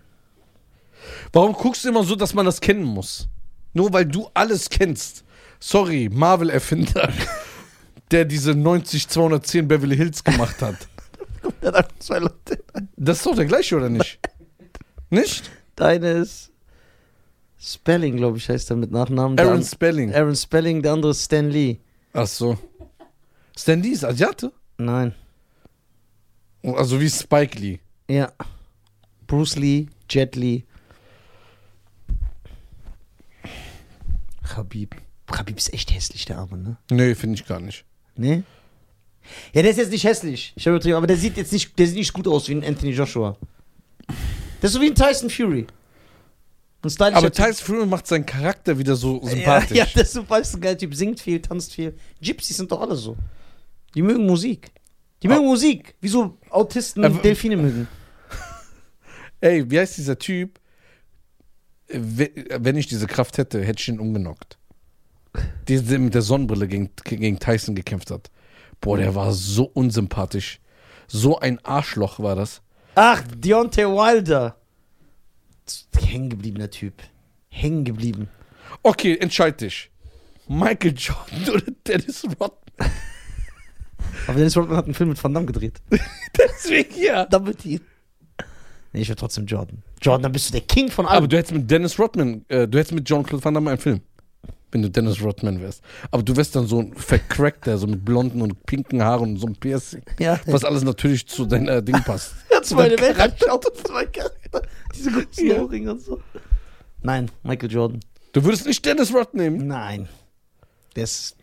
Speaker 2: Warum guckst du immer so, dass man das kennen muss? Nur weil du alles kennst. Sorry,
Speaker 1: [LAUGHS]
Speaker 2: Marvel-Erfinder, der diese 90-210 Beverly Hills gemacht hat.
Speaker 1: Der hat einfach zwei Leute.
Speaker 2: Das ist doch der gleiche, oder nicht? Nicht?
Speaker 1: Deine ist Spelling, glaube ich, heißt er mit Nachnamen. Der
Speaker 2: Aaron
Speaker 1: an-
Speaker 2: Spelling.
Speaker 1: Aaron Spelling, der andere ist Stan Lee.
Speaker 2: Ach so. Stan Lee ist Asiate?
Speaker 1: Nein.
Speaker 2: Also wie Spike Lee.
Speaker 1: Ja. Bruce Lee, Jet Lee. Khabib. Khabib ist echt hässlich, der Arme, ne?
Speaker 2: Nee, finde ich gar nicht.
Speaker 1: Ne? Ja, der ist jetzt nicht hässlich. Ich habe übertrieben, aber der sieht jetzt nicht, der sieht nicht gut aus wie ein Anthony Joshua. Der ist so wie ein Tyson Fury. Ein stylischer
Speaker 2: Aber
Speaker 1: Typ.
Speaker 2: Tyson Fury macht seinen Charakter wieder so
Speaker 1: Ja, ja,
Speaker 2: sympathisch.
Speaker 1: der ist so weißt du, ein geiler Typ. Singt viel, tanzt viel. Gypsies sind doch alle so. Die mögen Musik. Die mögen Musik. Wieso Autisten
Speaker 2: Aber-
Speaker 1: Delfine mögen.
Speaker 2: Ey, wie heißt dieser Typ? Äh, we- äh, Wenn ich diese Kraft hätte, hätte ich ihn umgenockt. Der der mit der Sonnenbrille gegen, gegen Tyson gekämpft hat. Boah, der war so unsympathisch. So ein Arschloch war das.
Speaker 1: Ach, Deontay Wilder. Hängengebliebener Typ. Hängen geblieben.
Speaker 2: Okay, entscheid dich. Michael Jordan oder Dennis Rodman.
Speaker 1: Aber Dennis Rodman hat einen Film mit Van Damme [LAUGHS] gedreht.
Speaker 2: Deswegen ja.
Speaker 1: Damit die. Nee, ich will trotzdem Jordan. Jordan, dann bist du der King von allem.
Speaker 2: Aber du hättest mit Dennis Rodman, äh, du hättest mit John Claude Van Damme einen Film. Wenn du Dennis Rodman wärst. Aber du wärst dann so ein Vercrackter, so mit blonden und pinken Haaren und so ein Piercing.
Speaker 1: [LAUGHS] Ja.
Speaker 2: Was alles natürlich zu deiner Ding passt.
Speaker 1: Jetzt meine Welt [LAUGHS] Diese großen
Speaker 2: Ja.
Speaker 1: Ohrringe und so. Nein, Michael Jordan.
Speaker 2: Du würdest nicht Dennis Rodman nehmen.
Speaker 1: Nein. Der ist.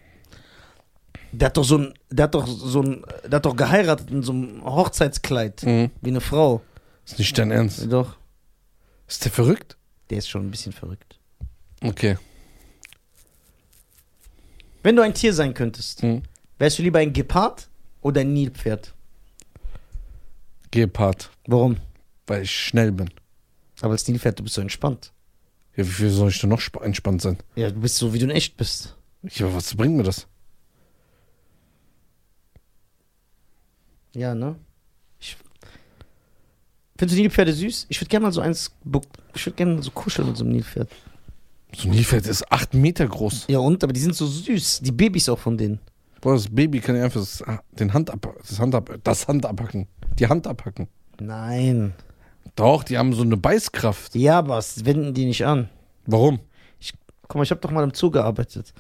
Speaker 1: Der hat doch so ein, der hat doch so ein, der hat doch geheiratet in so einem Hochzeitskleid.
Speaker 2: Mhm.
Speaker 1: Wie eine Frau.
Speaker 2: Ist nicht dein Ernst.
Speaker 1: Doch.
Speaker 2: Ist der verrückt?
Speaker 1: Der ist schon ein bisschen verrückt.
Speaker 2: Okay.
Speaker 1: Wenn du ein Tier sein könntest,
Speaker 2: Mhm.
Speaker 1: wärst du lieber ein Gepard oder ein Nilpferd?
Speaker 2: Gepard,
Speaker 1: Warum?
Speaker 2: weil ich schnell bin.
Speaker 1: Aber als Nilpferd, du bist so entspannt.
Speaker 2: Ja, wie viel soll ich denn noch spa- entspannt sein?
Speaker 1: Ja, du bist so, wie du in echt bist.
Speaker 2: Ja, was bringt mir das?
Speaker 1: Ja, ne? Ich, findest du Nilpferde süß? Ich würde gerne mal so eins, be- ich würde gerne mal so kuscheln mit so einem Nilpferd.
Speaker 2: So ein Nilpferd ist 8 Meter groß.
Speaker 1: Ja und? Aber die sind so süß. Die Babys auch von denen.
Speaker 2: Boah, das Baby kann ja einfach das, ah, den Hand ab, das, Hand ab, das Hand abhacken. Die Hand abhacken.
Speaker 1: Nein.
Speaker 2: Doch, die haben so eine Beißkraft.
Speaker 1: Ja, aber es wenden die nicht an.
Speaker 2: Warum?
Speaker 1: Guck mal, ich habe doch mal im Zoo gearbeitet.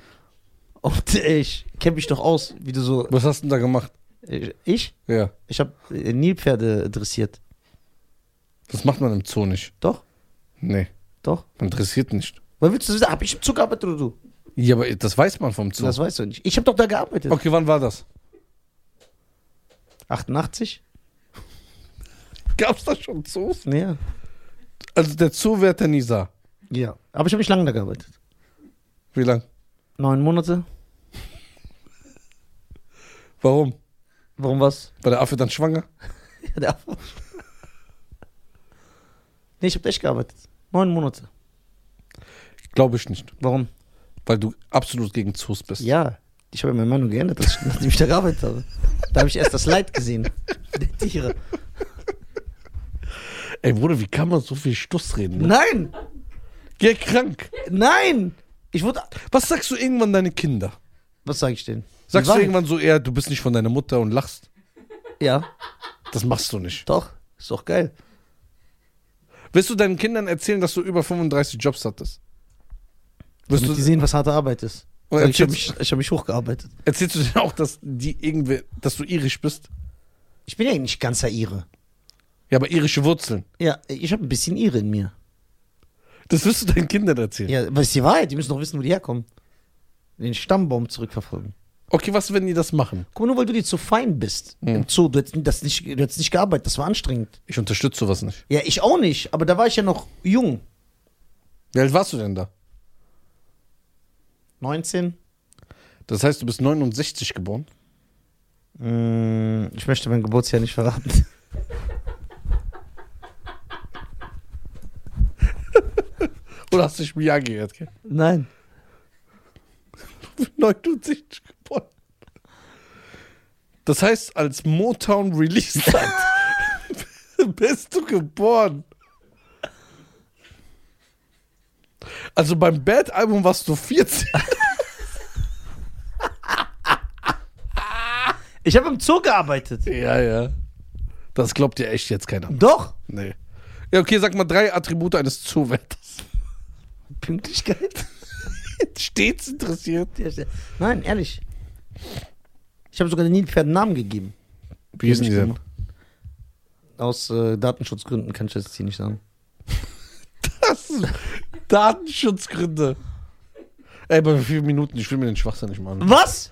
Speaker 1: Und [LAUGHS] äh, ich kenne mich doch aus, wie du so.
Speaker 2: Was hast du denn da gemacht?
Speaker 1: äh, Ich?
Speaker 2: Ja,
Speaker 1: Ich habe äh, Nilpferde dressiert.
Speaker 2: das macht man im Zoo nicht.
Speaker 1: Doch?
Speaker 2: Nee,
Speaker 1: Doch?
Speaker 2: man dressiert nicht.
Speaker 1: Weil willst du wissen, habe ich im Zoo gearbeitet oder du?
Speaker 2: Ja, aber das weiß man vom Zoo.
Speaker 1: Das weißt du nicht. Ich habe doch da gearbeitet.
Speaker 2: Okay, wann war das?
Speaker 1: 88?
Speaker 2: Gab's da schon Zoos?
Speaker 1: Ja.
Speaker 2: Also der Zoo wäre der Nisa.
Speaker 1: Ja. Aber ich habe nicht lange da gearbeitet.
Speaker 2: Wie lang?
Speaker 1: Neun Monate.
Speaker 2: Warum?
Speaker 1: Warum was?
Speaker 2: War der Affe dann schwanger?
Speaker 1: Ja, der Affe. Nee, ich habe echt gearbeitet. Neun Monate.
Speaker 2: Glaube ich nicht,
Speaker 1: Warum?
Speaker 2: weil du absolut gegen Zoos bist.
Speaker 1: Ja, ich habe ja meine Meinung geändert, als ich, nachdem ich da gearbeitet habe. Da habe ich erst das Leid gesehen. Der Tiere.
Speaker 2: Ey, Bruder, wie kann man so viel Stuss reden?
Speaker 1: Nein!
Speaker 2: Geh krank.
Speaker 1: Nein! Ich wurde.
Speaker 2: Was sagst du irgendwann deine Kinder?
Speaker 1: Was sage ich denen?
Speaker 2: Sagst
Speaker 1: Die
Speaker 2: du
Speaker 1: waren-
Speaker 2: irgendwann so eher, du bist nicht von deiner Mutter und lachst?
Speaker 1: Ja,
Speaker 2: Das machst du nicht.
Speaker 1: doch. Ist doch geil.
Speaker 2: Willst du deinen Kindern erzählen, dass du über 35 Jobs hattest? Wirst
Speaker 1: Damit
Speaker 2: du, Oh,
Speaker 1: die sehen, was harte Arbeit ist.
Speaker 2: Und
Speaker 1: Sag ich habe
Speaker 2: erzählst-
Speaker 1: mich, ich hab mich hochgearbeitet.
Speaker 2: erzählst du denen auch, dass, die irgendwie, dass du irisch bist?
Speaker 1: Ich bin ja nicht ganzer Ire.
Speaker 2: Ja, aber irische Wurzeln.
Speaker 1: Ja, ich habe ein bisschen Ire in mir.
Speaker 2: Das wirst du deinen Kindern erzählen.
Speaker 1: Ja, was ist die Wahrheit? Die müssen doch wissen, wo die herkommen. Den Stammbaum zurückverfolgen.
Speaker 2: Okay, was, wenn die das machen?
Speaker 1: Guck mal, nur weil du dir zu fein bist im Zoo, du hättest das nicht, du hättest nicht gearbeitet, das war anstrengend.
Speaker 2: Ich unterstütze sowas nicht.
Speaker 1: Ja, ich auch nicht, aber da war ich ja noch jung.
Speaker 2: Wie alt warst du denn da?
Speaker 1: 19?
Speaker 2: Das heißt, du bist 69 geboren.
Speaker 1: Mm, Ich möchte mein Geburtsjahr nicht verraten. [LAUGHS]
Speaker 2: Oder hast du dich Miyagi gehört? Gell? [LAUGHS]
Speaker 1: Nein.
Speaker 2: 69 geboren. Das heißt, als Motown Release hat, [LAUGHS] bist du geboren. Also beim Bad Album warst du 14.
Speaker 1: Ich habe im Zoo gearbeitet.
Speaker 2: [LAUGHS] ja, ja. Das glaubt dir echt jetzt keiner.
Speaker 1: Doch.
Speaker 2: Nee. Ja, okay, sag mal drei Attribute eines Zuwärters.
Speaker 1: Pünktlichkeit?
Speaker 2: [LAUGHS]
Speaker 1: [LAUGHS]
Speaker 2: Stets interessiert.
Speaker 1: Nein, ehrlich. Ich habe sogar den Nilpferden einen Namen gegeben.
Speaker 2: Wie hießen die denn?
Speaker 1: Aus äh, Datenschutzgründen kann ich das jetzt hier nicht sagen.
Speaker 2: Das sind Datenschutzgründe. Ey, bei wie vielen Minuten? Ich will mir den Schwachsinn nicht mal an.
Speaker 1: Was?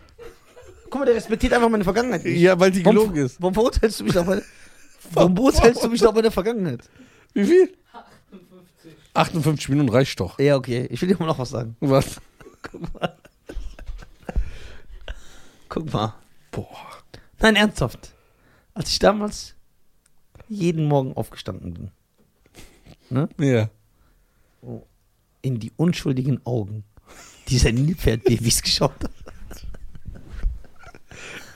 Speaker 1: Guck mal, der respektiert einfach meine Vergangenheit. nicht.
Speaker 2: Ja, weil die
Speaker 1: Warum-
Speaker 2: gelogen ist.
Speaker 1: Warum verurteilst du mich noch meine, warum beurteilst du mich noch meine Vergangenheit?
Speaker 2: Wie viel?
Speaker 3: 58.
Speaker 2: 58 Minuten reicht doch.
Speaker 1: Ja, okay. Ich will dir mal noch was sagen.
Speaker 2: Was?
Speaker 1: Guck mal.
Speaker 2: Boah.
Speaker 1: Nein, ernsthaft. Als ich damals jeden Morgen aufgestanden bin,
Speaker 2: Ja.
Speaker 1: in die unschuldigen Augen dieser Nilpferdbabys [LAUGHS] geschaut habe.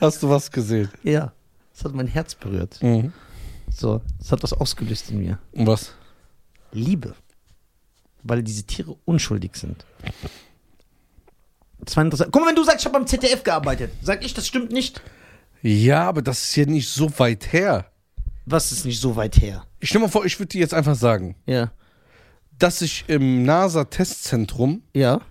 Speaker 2: Hast du was gesehen?
Speaker 1: Ja. Das hat mein Herz berührt.
Speaker 2: Mhm.
Speaker 1: So, das hat was ausgelöst in mir.
Speaker 2: Und was?
Speaker 1: Liebe. Weil diese Tiere unschuldig sind. Das war interessant. Guck mal, wenn du sagst, ich habe beim ZDF gearbeitet, sag ich, das stimmt nicht.
Speaker 2: Ja, aber das ist ja nicht so weit her.
Speaker 1: Was ist nicht so weit her?
Speaker 2: Ich stell mal vor, ich würde dir jetzt einfach sagen,
Speaker 1: Ja.
Speaker 2: dass ich im NASA-Testzentrum
Speaker 1: Ja.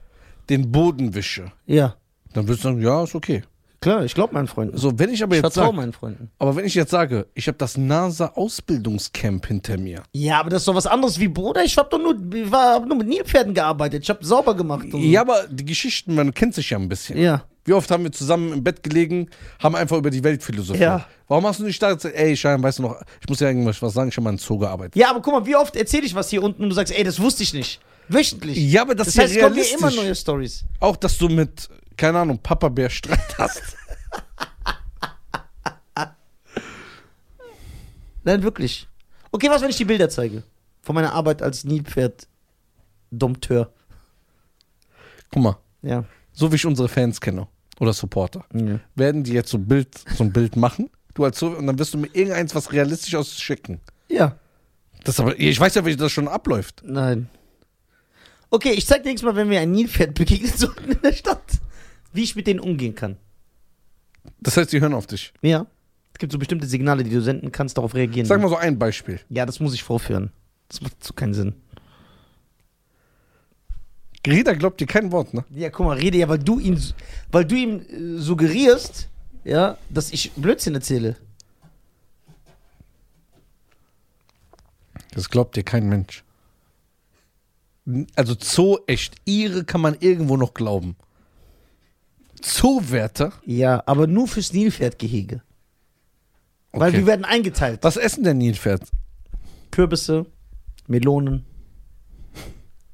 Speaker 2: den Boden wische.
Speaker 1: Ja.
Speaker 2: Dann würdest du sagen, ja, ist okay.
Speaker 1: Klar, ich glaube meinen Freunden.
Speaker 2: So, wenn ich aber
Speaker 1: Ich
Speaker 2: jetzt
Speaker 1: vertraue
Speaker 2: sage,
Speaker 1: meinen Freunden.
Speaker 2: aber wenn ich jetzt sage, ich habe das NASA Ausbildungscamp hinter mir.
Speaker 1: Ja, aber das ist doch was anderes wie Bruder. Ich habe doch nur, ich war, hab nur mit Nilpferden gearbeitet. Ich habe sauber gemacht. Und
Speaker 2: Ja, aber die Geschichten, man kennt sich ja ein bisschen.
Speaker 1: Ja.
Speaker 2: Wie oft haben wir zusammen im Bett gelegen, haben einfach über die Welt philosophiert.
Speaker 1: Ja.
Speaker 2: Warum hast du nicht da gesagt, ey, Schein, weißt du noch, ich muss ja irgendwas was sagen, ich habe mal einen Zoo gearbeitet.
Speaker 1: Ja, aber guck mal, wie oft erzähle ich was hier unten und du sagst, ey, das wusste ich nicht. Wöchentlich.
Speaker 2: Ja, aber das,
Speaker 1: das
Speaker 2: ist
Speaker 1: heißt, es
Speaker 2: ja
Speaker 1: kommen hier
Speaker 2: realistisch.
Speaker 1: immer neue Stories.
Speaker 2: Auch, dass du mit, keine Ahnung, Papa Bär
Speaker 1: [LAUGHS]
Speaker 2: Streit hast.
Speaker 1: Nein, wirklich. Okay, was, wenn ich die Bilder zeige? Von meiner Arbeit als Nilpferd-Dompteur.
Speaker 2: Guck mal,
Speaker 1: Ja.
Speaker 2: so wie ich unsere Fans kenne oder Supporter, werden die jetzt so, ein Bild, so ein Bild machen, du als Zoo, und dann wirst du mir irgendeins was realistisch ausschicken.
Speaker 1: Ja.
Speaker 2: Das aber, ich weiß ja, wie das schon abläuft.
Speaker 1: Nein. Okay, ich zeig dir nächstes Mal, wenn mir ein Nilpferd begegnet, so in der Stadt, wie ich mit denen umgehen kann.
Speaker 2: Das heißt, die hören auf dich.
Speaker 1: Ja. Es gibt so bestimmte Signale, die du senden kannst, darauf reagieren.
Speaker 2: Sag mal so ein Beispiel.
Speaker 1: Ja, das muss ich vorführen. Das macht so keinen Sinn.
Speaker 2: Rita glaubt dir kein Wort, ne?
Speaker 1: Ja, guck mal, rede ja, weil du ihn, weil du ihm äh, suggerierst, ja, dass ich Blödsinn erzähle.
Speaker 2: Das glaubt dir kein Mensch. Also Zoo echt. Ihre kann man irgendwo noch glauben. Zoowärter?
Speaker 1: Ja, aber nur fürs Nilpferdgehege. Weil
Speaker 2: Okay.
Speaker 1: wir werden eingeteilt.
Speaker 2: Was essen denn Nilpferd?
Speaker 1: Kürbisse, Melonen.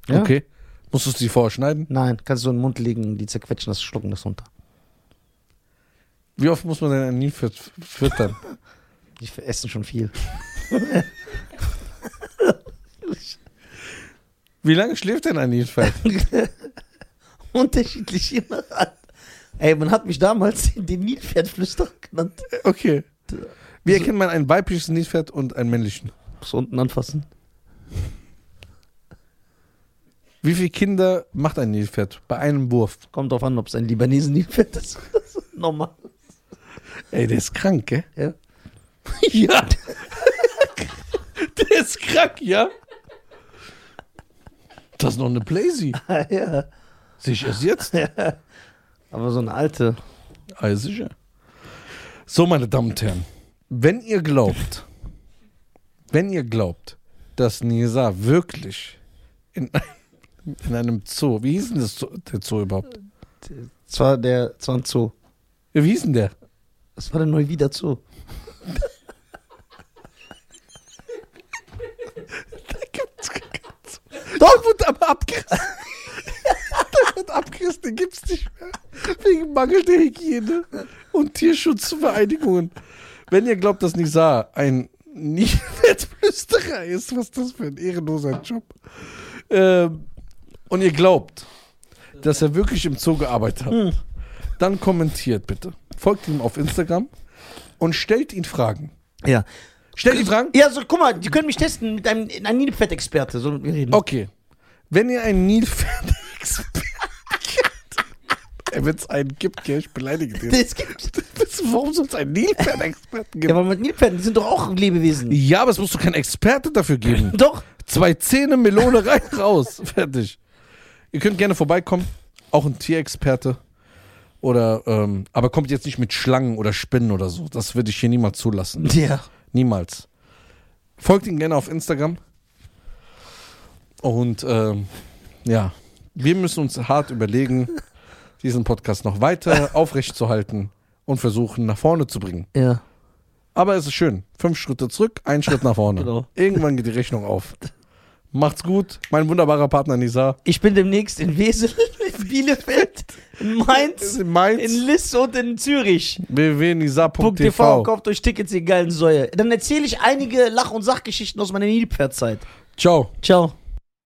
Speaker 1: Ja?
Speaker 2: Okay. Musst du sie vorschneiden?
Speaker 1: Nein, kannst du in den Mund legen, die zerquetschen das, schlucken das runter.
Speaker 2: Wie oft muss man denn ein Nilpferd f- füttern?
Speaker 1: Die essen schon viel.
Speaker 2: [LAUGHS] Wie lange schläft denn ein Nilpferd?
Speaker 1: [LAUGHS] Unterschiedlich immer. Ey, man hat mich damals den Nilpferdflüsterer genannt.
Speaker 2: [LAUGHS] Okay. Wie erkennt man ein weibliches Nilpferd und einen männlichen?
Speaker 1: So unten anfassen.
Speaker 2: Wie viele Kinder macht ein Nilpferd bei einem Wurf?
Speaker 1: Kommt drauf an, ob es ein Libanesen Nilpferd ist. Normal.
Speaker 2: Ey, der ist krank, gell?
Speaker 1: Ja.
Speaker 2: [LAUGHS] Ja. der ist krank, ja? Das ist noch eine Blazy.
Speaker 1: Ah, ja.
Speaker 2: Sehe ich erst jetzt?
Speaker 1: Aber so eine alte.
Speaker 2: Ah, sicher. So, meine Damen und Herren, wenn ihr glaubt, wenn ihr glaubt, dass Nisa wirklich in, einem- in einem Zoo, wie hieß denn das Zoo, der Zoo überhaupt?
Speaker 1: Zwar der, zwar ein Zoo.
Speaker 2: Ja, Wie hieß denn der?
Speaker 1: Das war der neu wieder Zoo.
Speaker 2: Dort wird aber abgerissen. [LAUGHS] da wird abgerissen, den gibt's nicht mehr. Wegen mangelnder Hygiene und Tierschutzvereinigungen. Wenn ihr glaubt, dass Nisa ein Niederwertflüsterer ist, was ist das für ein ehrenloser Job. Ähm, und ihr glaubt, dass er wirklich im Zoo gearbeitet hat, dann kommentiert bitte. Folgt ihm auf Instagram und stellt ihn Fragen.
Speaker 1: Ja.
Speaker 2: Stellt ihn Fragen?
Speaker 1: Ja, so, guck mal, die können mich testen mit einem, einem Nilpferd-Experte. So, mit mir reden.
Speaker 2: Okay. Wenn ihr einen Nilpferd [LAUGHS] Wenn es einen gibt, gell, ich beleidige den.
Speaker 1: Das gibt's.
Speaker 2: Warum soll es einen Nilpferd-Experten
Speaker 1: Ja,
Speaker 2: geben?
Speaker 1: aber mit Nilpferden, die sind doch auch Lebewesen.
Speaker 2: Ja, aber es musst du keinen Experte dafür [LAUGHS] geben.
Speaker 1: Doch.
Speaker 2: Zwei Zähne, Melone rein, raus. [LAUGHS] Fertig. Ihr könnt gerne vorbeikommen. Auch ein Tierexperte. Oder, ähm, aber kommt jetzt nicht mit Schlangen oder Spinnen oder so. Das würde ich hier niemals zulassen.
Speaker 1: Ja.
Speaker 2: Niemals. Folgt ihn gerne auf Instagram. Und ähm, ja, wir müssen uns hart überlegen, [LAUGHS] diesen Podcast noch weiter aufrechtzuerhalten und versuchen, nach vorne zu bringen.
Speaker 1: Ja.
Speaker 2: Aber es ist schön. Fünf Schritte zurück, ein Schritt nach [LAUGHS] vorne.
Speaker 1: Genau.
Speaker 2: Irgendwann geht die Rechnung auf. Macht's gut. Mein wunderbarer Partner Nisa
Speaker 1: Ich bin demnächst in Wesel, [LAUGHS] in Bielefeld, in
Speaker 2: ist
Speaker 1: Mainz,
Speaker 2: in
Speaker 1: in
Speaker 2: Mainz.
Speaker 1: Liss und in Zürich. .tv,
Speaker 2: www.nisa.tv.
Speaker 1: kauft euch Tickets, ihr geilen Säue. Dann erzähle ich einige Lach- und Sachgeschichten aus meiner Nilpferdzeit.
Speaker 2: Ciao.
Speaker 1: Ciao.